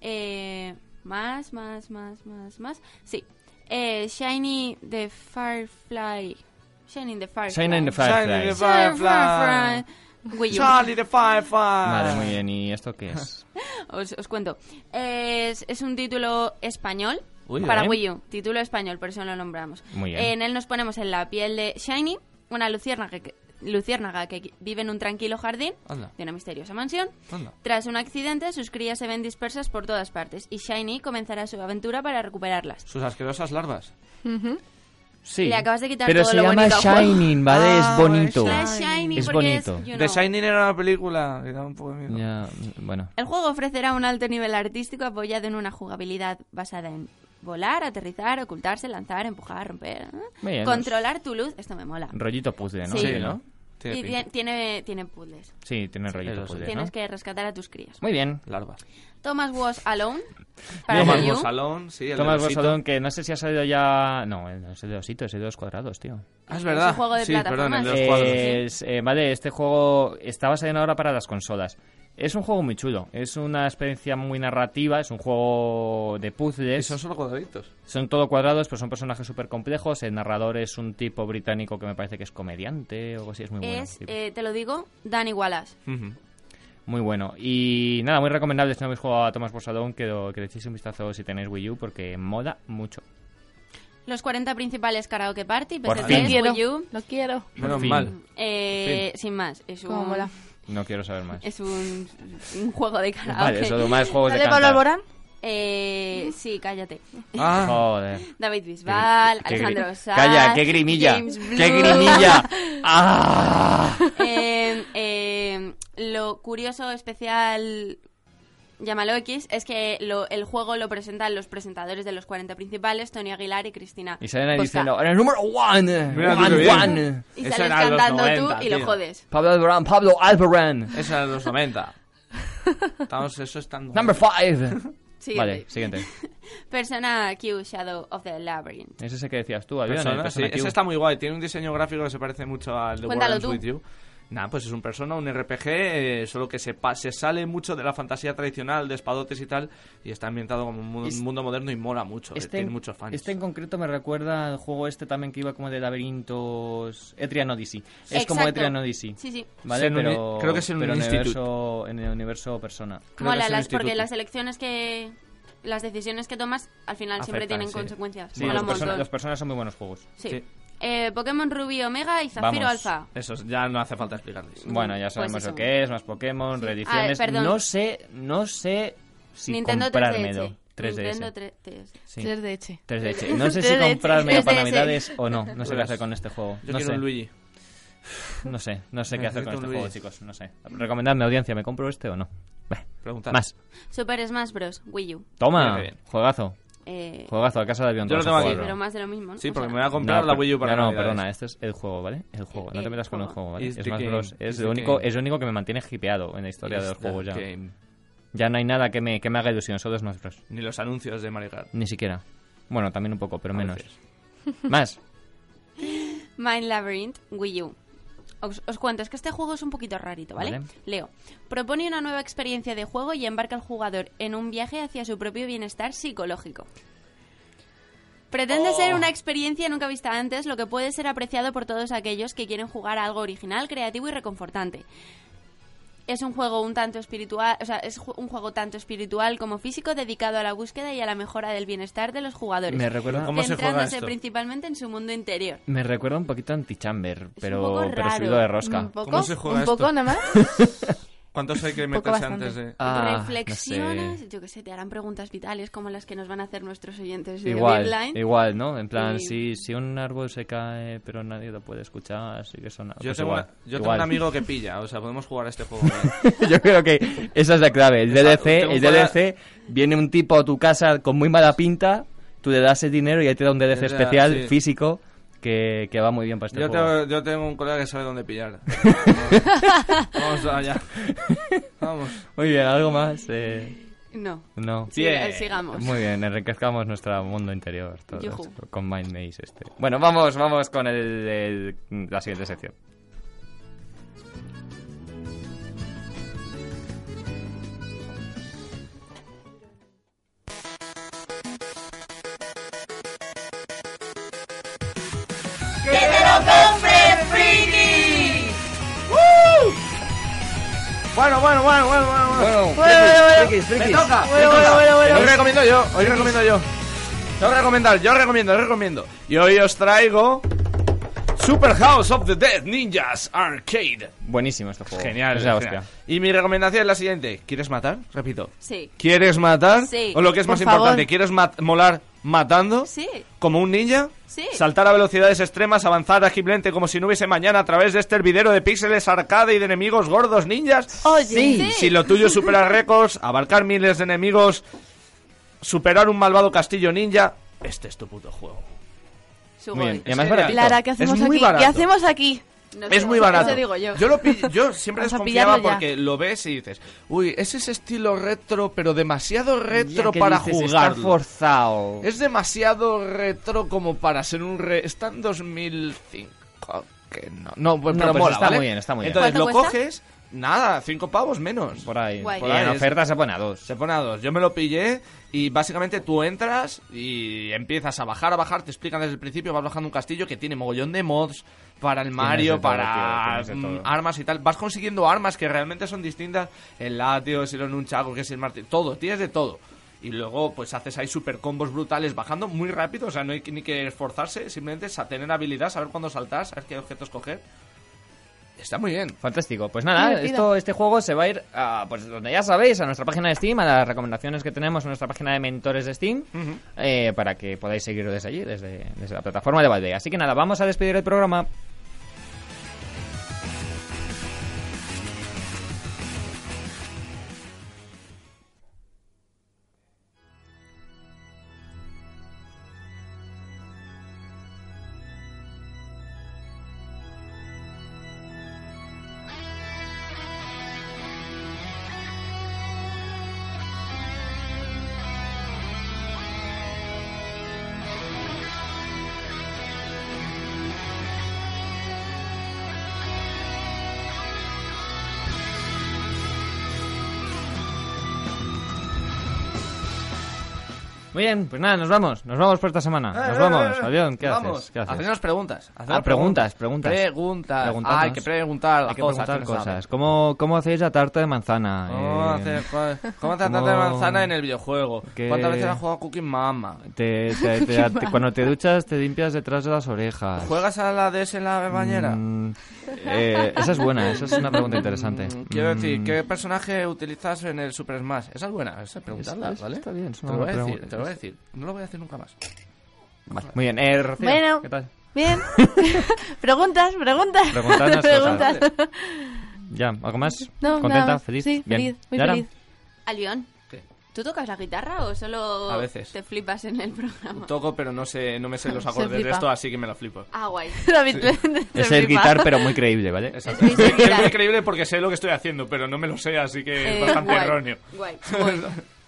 Eh, más, más, más, más, más. Sí. Eh, Shiny the Firefly. Shiny the Firefly.
Shine in the
Shine in the
Firefly.
Firefly. Firefly.
Wii U.
Charlie the Firefly.
Vale, muy bien. ¿Y esto qué es?
Os, os cuento. Es, es un título español
Uy,
para
bien.
Wii U. Título español, por eso lo nombramos.
Muy bien.
En él nos ponemos en la piel de Shiny, una luciérnaga que, luciérnaga que vive en un tranquilo jardín
Anda,
de una misteriosa mansión.
anda.
Tras un accidente, sus crías se ven dispersas por todas partes y Shiny comenzará su aventura para recuperarlas.
Sus asquerosas larvas.
Sí.
Le acabas de quitar
Pero
todo
se
lo
llama
bonito al juego.
Shining, ¿vale?
Ah,
es bonito.
La Shiny
Es
porque es,
bonito.
you
The
know.
Shining era una película que da un poco de miedo.
Ya, bueno.
El juego ofrecerá un alto nivel artístico apoyado en una jugabilidad basada en volar, aterrizar, ocultarse, lanzar, empujar, romper, ¿eh?
Bien,
controlar tu luz. Esto me mola.
Rollito puzzle, ¿no?
Sí.
Sí, ¿no? Tiene
Y
pinta.
tie- tiene, tiene puzzles.
Sí, tiene rollito
eso sí.
puzzle, ¿no?
Tienes que rescatar a tus crías.
Muy bien.
Larvas.
Thomas Was Alone para
Thomas
Wii U.
Bosalón, sí, el
Tomás
del osito.
Borsadón, que no sé si ha salido ya... No, no es el de osito, es el de los cuadrados, tío.
Ah, es verdad.
Es un juego de
sí, perdón,
plataformas.
el de los
Eh,
cuadros.
es- eh, vale, este juego estaba saliendo ahora para las consolas. Es un juego muy chulo, es una experiencia muy narrativa, es un juego de
Y
puzzles.
son
Son...
solo cuadraditos.
todo cuadrados, pero son personajes súper complejos. El narrador es un tipo británico que me parece que es comediante o algo así, es muy bueno.
Es,
tipo.
eh, te lo digo, Danny Wallace.
Muy bueno. Y nada, muy recomendable si no habéis jugado a Tomás Borsadón, que, lo- que le echéis un vistazo si tenéis Wii U, porque mola mucho.
Los 40 principales Karaoke Party,
Por
PS3,
fin.
quiero,
Wii U.
lo quiero.
Menos
fin.
mal.
Eh, sin más, es
Como
un,
mola.
No quiero saber más.
es un, un juego de karaoke.
Vale, eso más juegos de
¿Sale Pablo
cantar.
Alborán?
Eh, sí, cállate.
Ah,
Joder.
David Bisbal,
Qué gri-
Alejandro Sanz.
Calla, qué grimilla.
James
Qué
Blunt.
grimilla. Ah.
Eh, eh, lo curioso, especial, llámalo X, es que lo- el juego lo presentan los presentadores de los 40 principales, Tony Aguilar y Cristina.
Y salen ahí
Bosca.
diciendo, en el número one,
Mira, tú
one,
bien.
one.
Y
Eso
sales
era los
cantando
90,
tú y lo
tío.
jodes.
Pablo Alborán, Pablo Alborán.
eso era de los 90. Estamos, eso es tan...
Number five.
Siguiente.
Vale, siguiente.
Persona Q Shadow of the Labyrinth.
Ese es el que decías tú, había
Persona,
una
sí,
persona Q.
ese está muy guay. Tiene un diseño gráfico que se parece mucho al de
Cuéntalo
World Ends
tú.
With You. Nah, pues es un persona, un RPG, eh, solo que se, pa- se sale mucho de la fantasía tradicional de espadotes y tal, y está ambientado como un mu- un mundo,
Es-
moderno y mola mucho. eh, tiene muchos fans.
este en concreto me recuerda al juego este también que iba como de laberintos... Etrian Odyssey. Es
Exacto.
como Etrian Odyssey.
Sí, sí.
Vale,
Es en un-
pero...
creo que es en un
pero
instituto.
universo, en el universo persona.
Creo que
Mola,
es un
las, porque
instituto.
las elecciones que... Las decisiones que tomas al final siempre
Afectan,
tienen
sí.
consecuencias.
Sí,
Mola
los,
un
persona-
montón.
los personas son muy buenos juegos.
Sí.
Sí.
Eh, Pokémon Rubí Omega y Zafiro
Vamos.
Alfa.
Eso es- ya no hace falta explicarles.
Bueno, ya
Pues
sabemos
eso.
lo que es, más Pokémon, reediciones.
Ah, perdón.
no sé, no sé si
Nintendo
comprármelo.
3DS.
3DS.
Nintendo 3DS.
Sí,
3 de Eche.
3DS. No sé si
3DS.
comprármelo para
3DS.
Navidades o no. No sé qué
Verás.
hacer con este juego.
Yo
no,
quiero
sé.
un Luigi.
no sé, no sé qué hacer con
Necesito
este
un
juego,
Luigi.
chicos. No sé. Recomendadme, audiencia, ¿me compro este o no? Bah,
Preguntad.
Más.
Super Smash Bros. Wii U.
Toma,
Mira qué bien.
juegazo.
Eh,
Juegazo a casa de avión.
Yo lo
todos a
sí,
tengo aquí.
jugarlo.
pero más de lo mismo, ¿no?
Sí,
O
porque
sea,
me voy a comprar
No,
la
per-
Wii U para
no, no,
Navidades.
perdona, este es el juego, ¿vale? El juego, no
el
te metas con el
juego.
juego, ¿vale?
Is
Es
the
más
game,
Bros.
is
Es
the
lo, único,
game.
es lo único que me mantiene hipeado en la historia de los
Is that
juegos ya.
game.
Ya no hay nada que me, que me haga ilusión, solo Smash Bros.
Ni los anuncios de Mario Kart.
Ni siquiera. Bueno, también un poco, pero
A
menos.
veces.
Más.
Mind Labyrinth Wii U. Os, os cuento, es que este juego es un poquito rarito, ¿vale?
Vale.
Leo. Propone una nueva experiencia de juego y embarca al jugador en un viaje hacia su propio bienestar psicológico. Pretende
Oh.
ser una experiencia nunca vista antes, lo que puede ser apreciado por todos aquellos que quieren jugar a algo original, creativo y reconfortante. Es un juego un tanto espiritual, o sea, es ju- un juego tanto espiritual como físico dedicado a la búsqueda y a la mejora del bienestar de los jugadores.
Me recuerda,
¿Cómo se juega
centrándose
esto?
principalmente en su mundo interior.
me recuerda un poquito a Antichamber,
un
pero,
poco
pero
raro. Mm,
subido de rosca.
Un poco,
¿Cómo se juega
un poco
esto?
nada más.
¿Cuántos hay que meterse
Poco bastante.
antes de...?
Ah, no sé.
Reflexiones, yo que sé, te harán preguntas vitales como las que nos van a hacer nuestros oyentes de
Igual,
Beerline.
igual, ¿no? En plan,
Y-
si, si un árbol se cae, pero nadie lo puede escuchar, así que son...
Yo,
pues
tengo,
igual,
una- yo tengo
igual.
un amigo que pilla, o sea, podemos jugar a este juego. ¿vale?
yo creo que esa es la clave. El
Está-
DLC,
tengo
el
fuera-
DLC, viene un tipo a tu casa con muy mala pinta, tú le das el dinero y ahí te da un DLC
Ya,
especial,
sí.
físico, que, que va muy bien para este
Yo
juego.
tengo, yo tengo un colega que sabe dónde pillar. Vamos allá. Vamos.
Muy bien, ¿algo más? Eh,
No.
no.
Sí, eh,
Bien.
sigamos.
Muy bien, enriquezcamos nuestro mundo interior todo
Yujú.
esto, con Mind Maze este. Bueno, vamos, vamos con el- el- la siguiente sección.
Bueno, bueno, bueno, bueno, bueno. bueno.
Me toca. me toca. Hoy recomiendo yo, hoy recomiendo yo. Yo recomendar, yo recomiendo, yo recomiendo. Y hoy os traigo Super House of the Dead Ninjas Arcade.
Buenísimo este juego.
Genial,
es la
genial.
hostia.
Y mi recomendación es la siguiente. ¿Quieres matar? Repito.
Sí.
¿Quieres matar?
Sí.
O lo que es
Por
más
favor.
importante, ¿quieres ma- molar matando?
Sí.
¿Como un ninja?
Sí.
Saltar a velocidades extremas, avanzar ágilmente como si no hubiese mañana a través de este hervidero de píxeles arcade y de enemigos gordos ninjas.
Oye.
Oh. Sí.
Si lo tuyo es superar récords, abarcar miles de enemigos, superar un malvado castillo ninja, este es tu puto juego.
Sugoi.
Muy bien. Y además
Genial.
baratito.
Clara, ¿qué hacemos
Es muy
aquí?
barato.
¿Qué hacemos aquí?
No sé,
Es muy
eso
barato.
digo yo.
lo pillo- yo siempre
Vamos a
desconfiaba
pillarlo ya.
porque lo ves y dices, uy, es ese estilo retro, pero demasiado retro
Ya que
para
dices,
jugar.
Está forzado.
Es demasiado retro como para ser un re... Está en 2005. Que no. No, pues,
No,
pero
pues
mola,
está
¿vale?
muy bien, está muy bien.
Entonces lo
¿Cuánto cuesta?
coges, nada, 5 pavos menos.
Por ahí.
Guay.
Y en
Por ahí.
oferta se pone a dos.
Se pone a dos. Yo me lo pillé y básicamente tú entras y empiezas a bajar, a bajar, te explican desde el principio, vas bajando un castillo que tiene mogollón de mods para el Mario,
de todo,
para
tío, tienes de
mm,
todo.
armas y tal. Vas consiguiendo armas que realmente son distintas. El látigo, si un chaco, que es el martillo, todo, tienes de todo. Y luego pues haces ahí super combos brutales bajando muy rápido, o sea, no hay que- ni que esforzarse, simplemente es a tener habilidad, saber cuándo saltar, saber qué objetos coger. Está muy bien.
Fantástico. Pues
Qué
nada,
divertido.
esto, este juego se va a ir a, pues donde ya sabéis, a nuestra página de Steam, a las recomendaciones que tenemos en nuestra página de mentores de Steam, eh, para que podáis seguirlo desde allí, desde, desde la plataforma de Valve. Así que nada, vamos a despedir el programa. Muy bien, pues nada, nos vamos. Nos vamos por esta semana. Nos
Eh,
vamos.
eh, eh.
Adiós. ¿Qué
Vamos.
haces? ¿Qué haces?
Hacernos preguntas. hacernos
Ah, preguntas, preguntas.
Preguntas.
Preguntadnos.
Hay que preguntar las
Hay que
cosas.
preguntar
que no
cosas.
sabes.
¿Cómo, ¿Cómo hacéis la tarta de manzana?
¿Cómo
Eh,
hacer co- cómo hacer tarta de
¿cómo-
manzana en el videojuego?
¿Qué-
¿Cuántas veces has jugado a Cooking Mama?
te- te- te- te- cuando te duchas, te limpias detrás de las orejas.
¿Juegas a la DS en la bañera?
Mm, eh, esa es buena, esa es una pregunta interesante.
Mm, Quiero decir,
Mm,
¿qué personaje utilizas en el Super Smash? Esa es buena, esa preguntarla,
Es- es-
¿vale?
está bien, es
te
una
lo voy a
buena
decir,
pregunta.
te lo voy a decir. No lo voy a hacer nunca más.
Muy bien, eh, Rocío,
Bueno.
¿qué tal?
Bien. preguntas, preguntas.
Preguntadnos cosas.
preguntas.
Ya, ¿algo más?
No, nada
¿Contenta?
más.
¿Feliz?
Sí,
Bien.
feliz, muy
¿Yara?
feliz.
Alión,
¿Qué?
¿tú tocas la guitarra o solo
A veces.
te flipas en el programa?
Toco, pero no sé, no me sé los
Se
acordes de
flipa.
esto, así que me la flipo.
Ah, guay.
David, te
Es el
flipa.
guitar, pero muy creíble, ¿vale?
Exacto.
muy
Es, muy- es
similar.
muy increíble porque sé lo que estoy haciendo, pero no me lo sé, así que es
Eh,
bastante
guay,
erróneo.
Guay. Sugoi.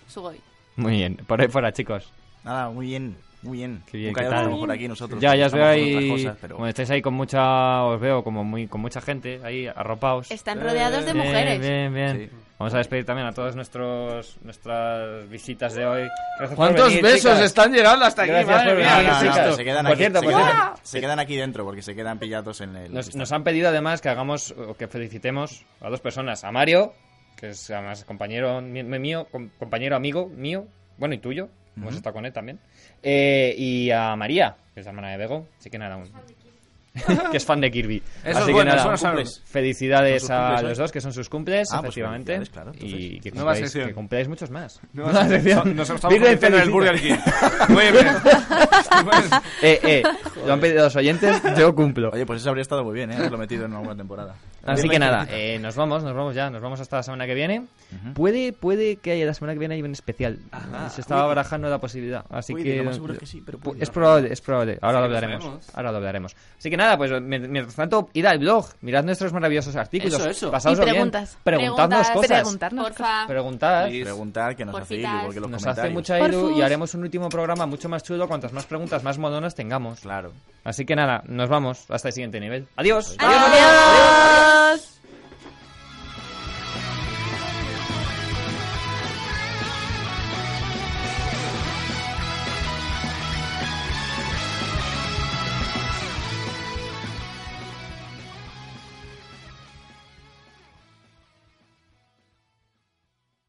Sugoi.
Muy bien, por ahí fuera, chicos.
Nada, muy bien, muy bien.
Qué bien,
Nunca
¿qué
ya
tal?
estamos por aquí nosotros.
Ya, ya os
estamos
veo
con
ahí.
otras cosas, pero-
Como estáis ahí con mucha. Os veo como muy con mucha gente ahí arropaos.
Están rodeados de
Bien,
mujeres.
Bien, bien.
Sí.
Vamos a despedir también a todas nuestros, nuestras visitas de hoy. Gracias por
¿Cuántos
venir,
besos
chicas.
están llegando hasta aquí?
Gracias
madre
por
mía,
No,
venir,
qué
no, no,
Sixto.
susto.
se quedan
Ah, Por
aquí,
cierto,
se
por
quedan-
cierto.
se quedan aquí dentro porque se quedan pillados en el.
Nos,
cristal.
nos han pedido además que hagamos o que felicitemos a dos personas. A Mario, que es además compañero mi- mío, com- compañero amigo mío, bueno, y tuyo. Hemos estado con él también. Eh, y a María, que es la hermana de Bego. Así que nada, un- que es fan de Kirby.
Eso
Así
es bueno,
que nada,
eso no sabemos.
cumples.
felicidades
Son sus
a
cumples hoy.
los dos, que son sus cumples,
Ah, pues
efectivamente.
felicidades, claro, entonces.
y que
Nueva
cumpláis,
sección.
que cumpláis muchos más.
Nos,
Nueva sección.
nos estamos
Birla y
convirtiendo en el
felicita.
Burger King. Muy bien. Pues,
Eh, eh, lo han pedido los oyentes, yo cumplo.
Oye, pues eso habría estado muy bien, ¿eh? Haberlo metido en alguna temporada.
Así
Birla
que
y
nada,
felicita.
eh, nos vamos, nos vamos ya, nos vamos hasta la semana que viene. Puede, puede que haya la semana que viene hay un especial. Se estaba barajando la posibilidad, así
Puede,
que,
lo más seguro es que sí, pero puede.
es probable, es probable. Ahora
Sí,
lo
lo
hablaremos,
sabemos.
ahora lo hablaremos. Así que nada, pues mien- mientras tanto, id al blog, mirad nuestros maravillosos artículos,
Eso, eso.
Y
pasaoslo bien,
preguntas.
preguntadnos
Preguntas,
cosas,
Preguntarnos cosas.
Porfa.
preguntad.
Sí,
Preguntar que nos hace ir,
Porcitas.
porque los
Nos hace
comentarios.
mucha
Por
ilu y
sus-
haremos un último programa mucho más chulo cuantas más preguntas más modonas tengamos.
Claro.
Así que nada, nos vamos hasta el siguiente nivel. Adiós.
Adiós.
Adiós.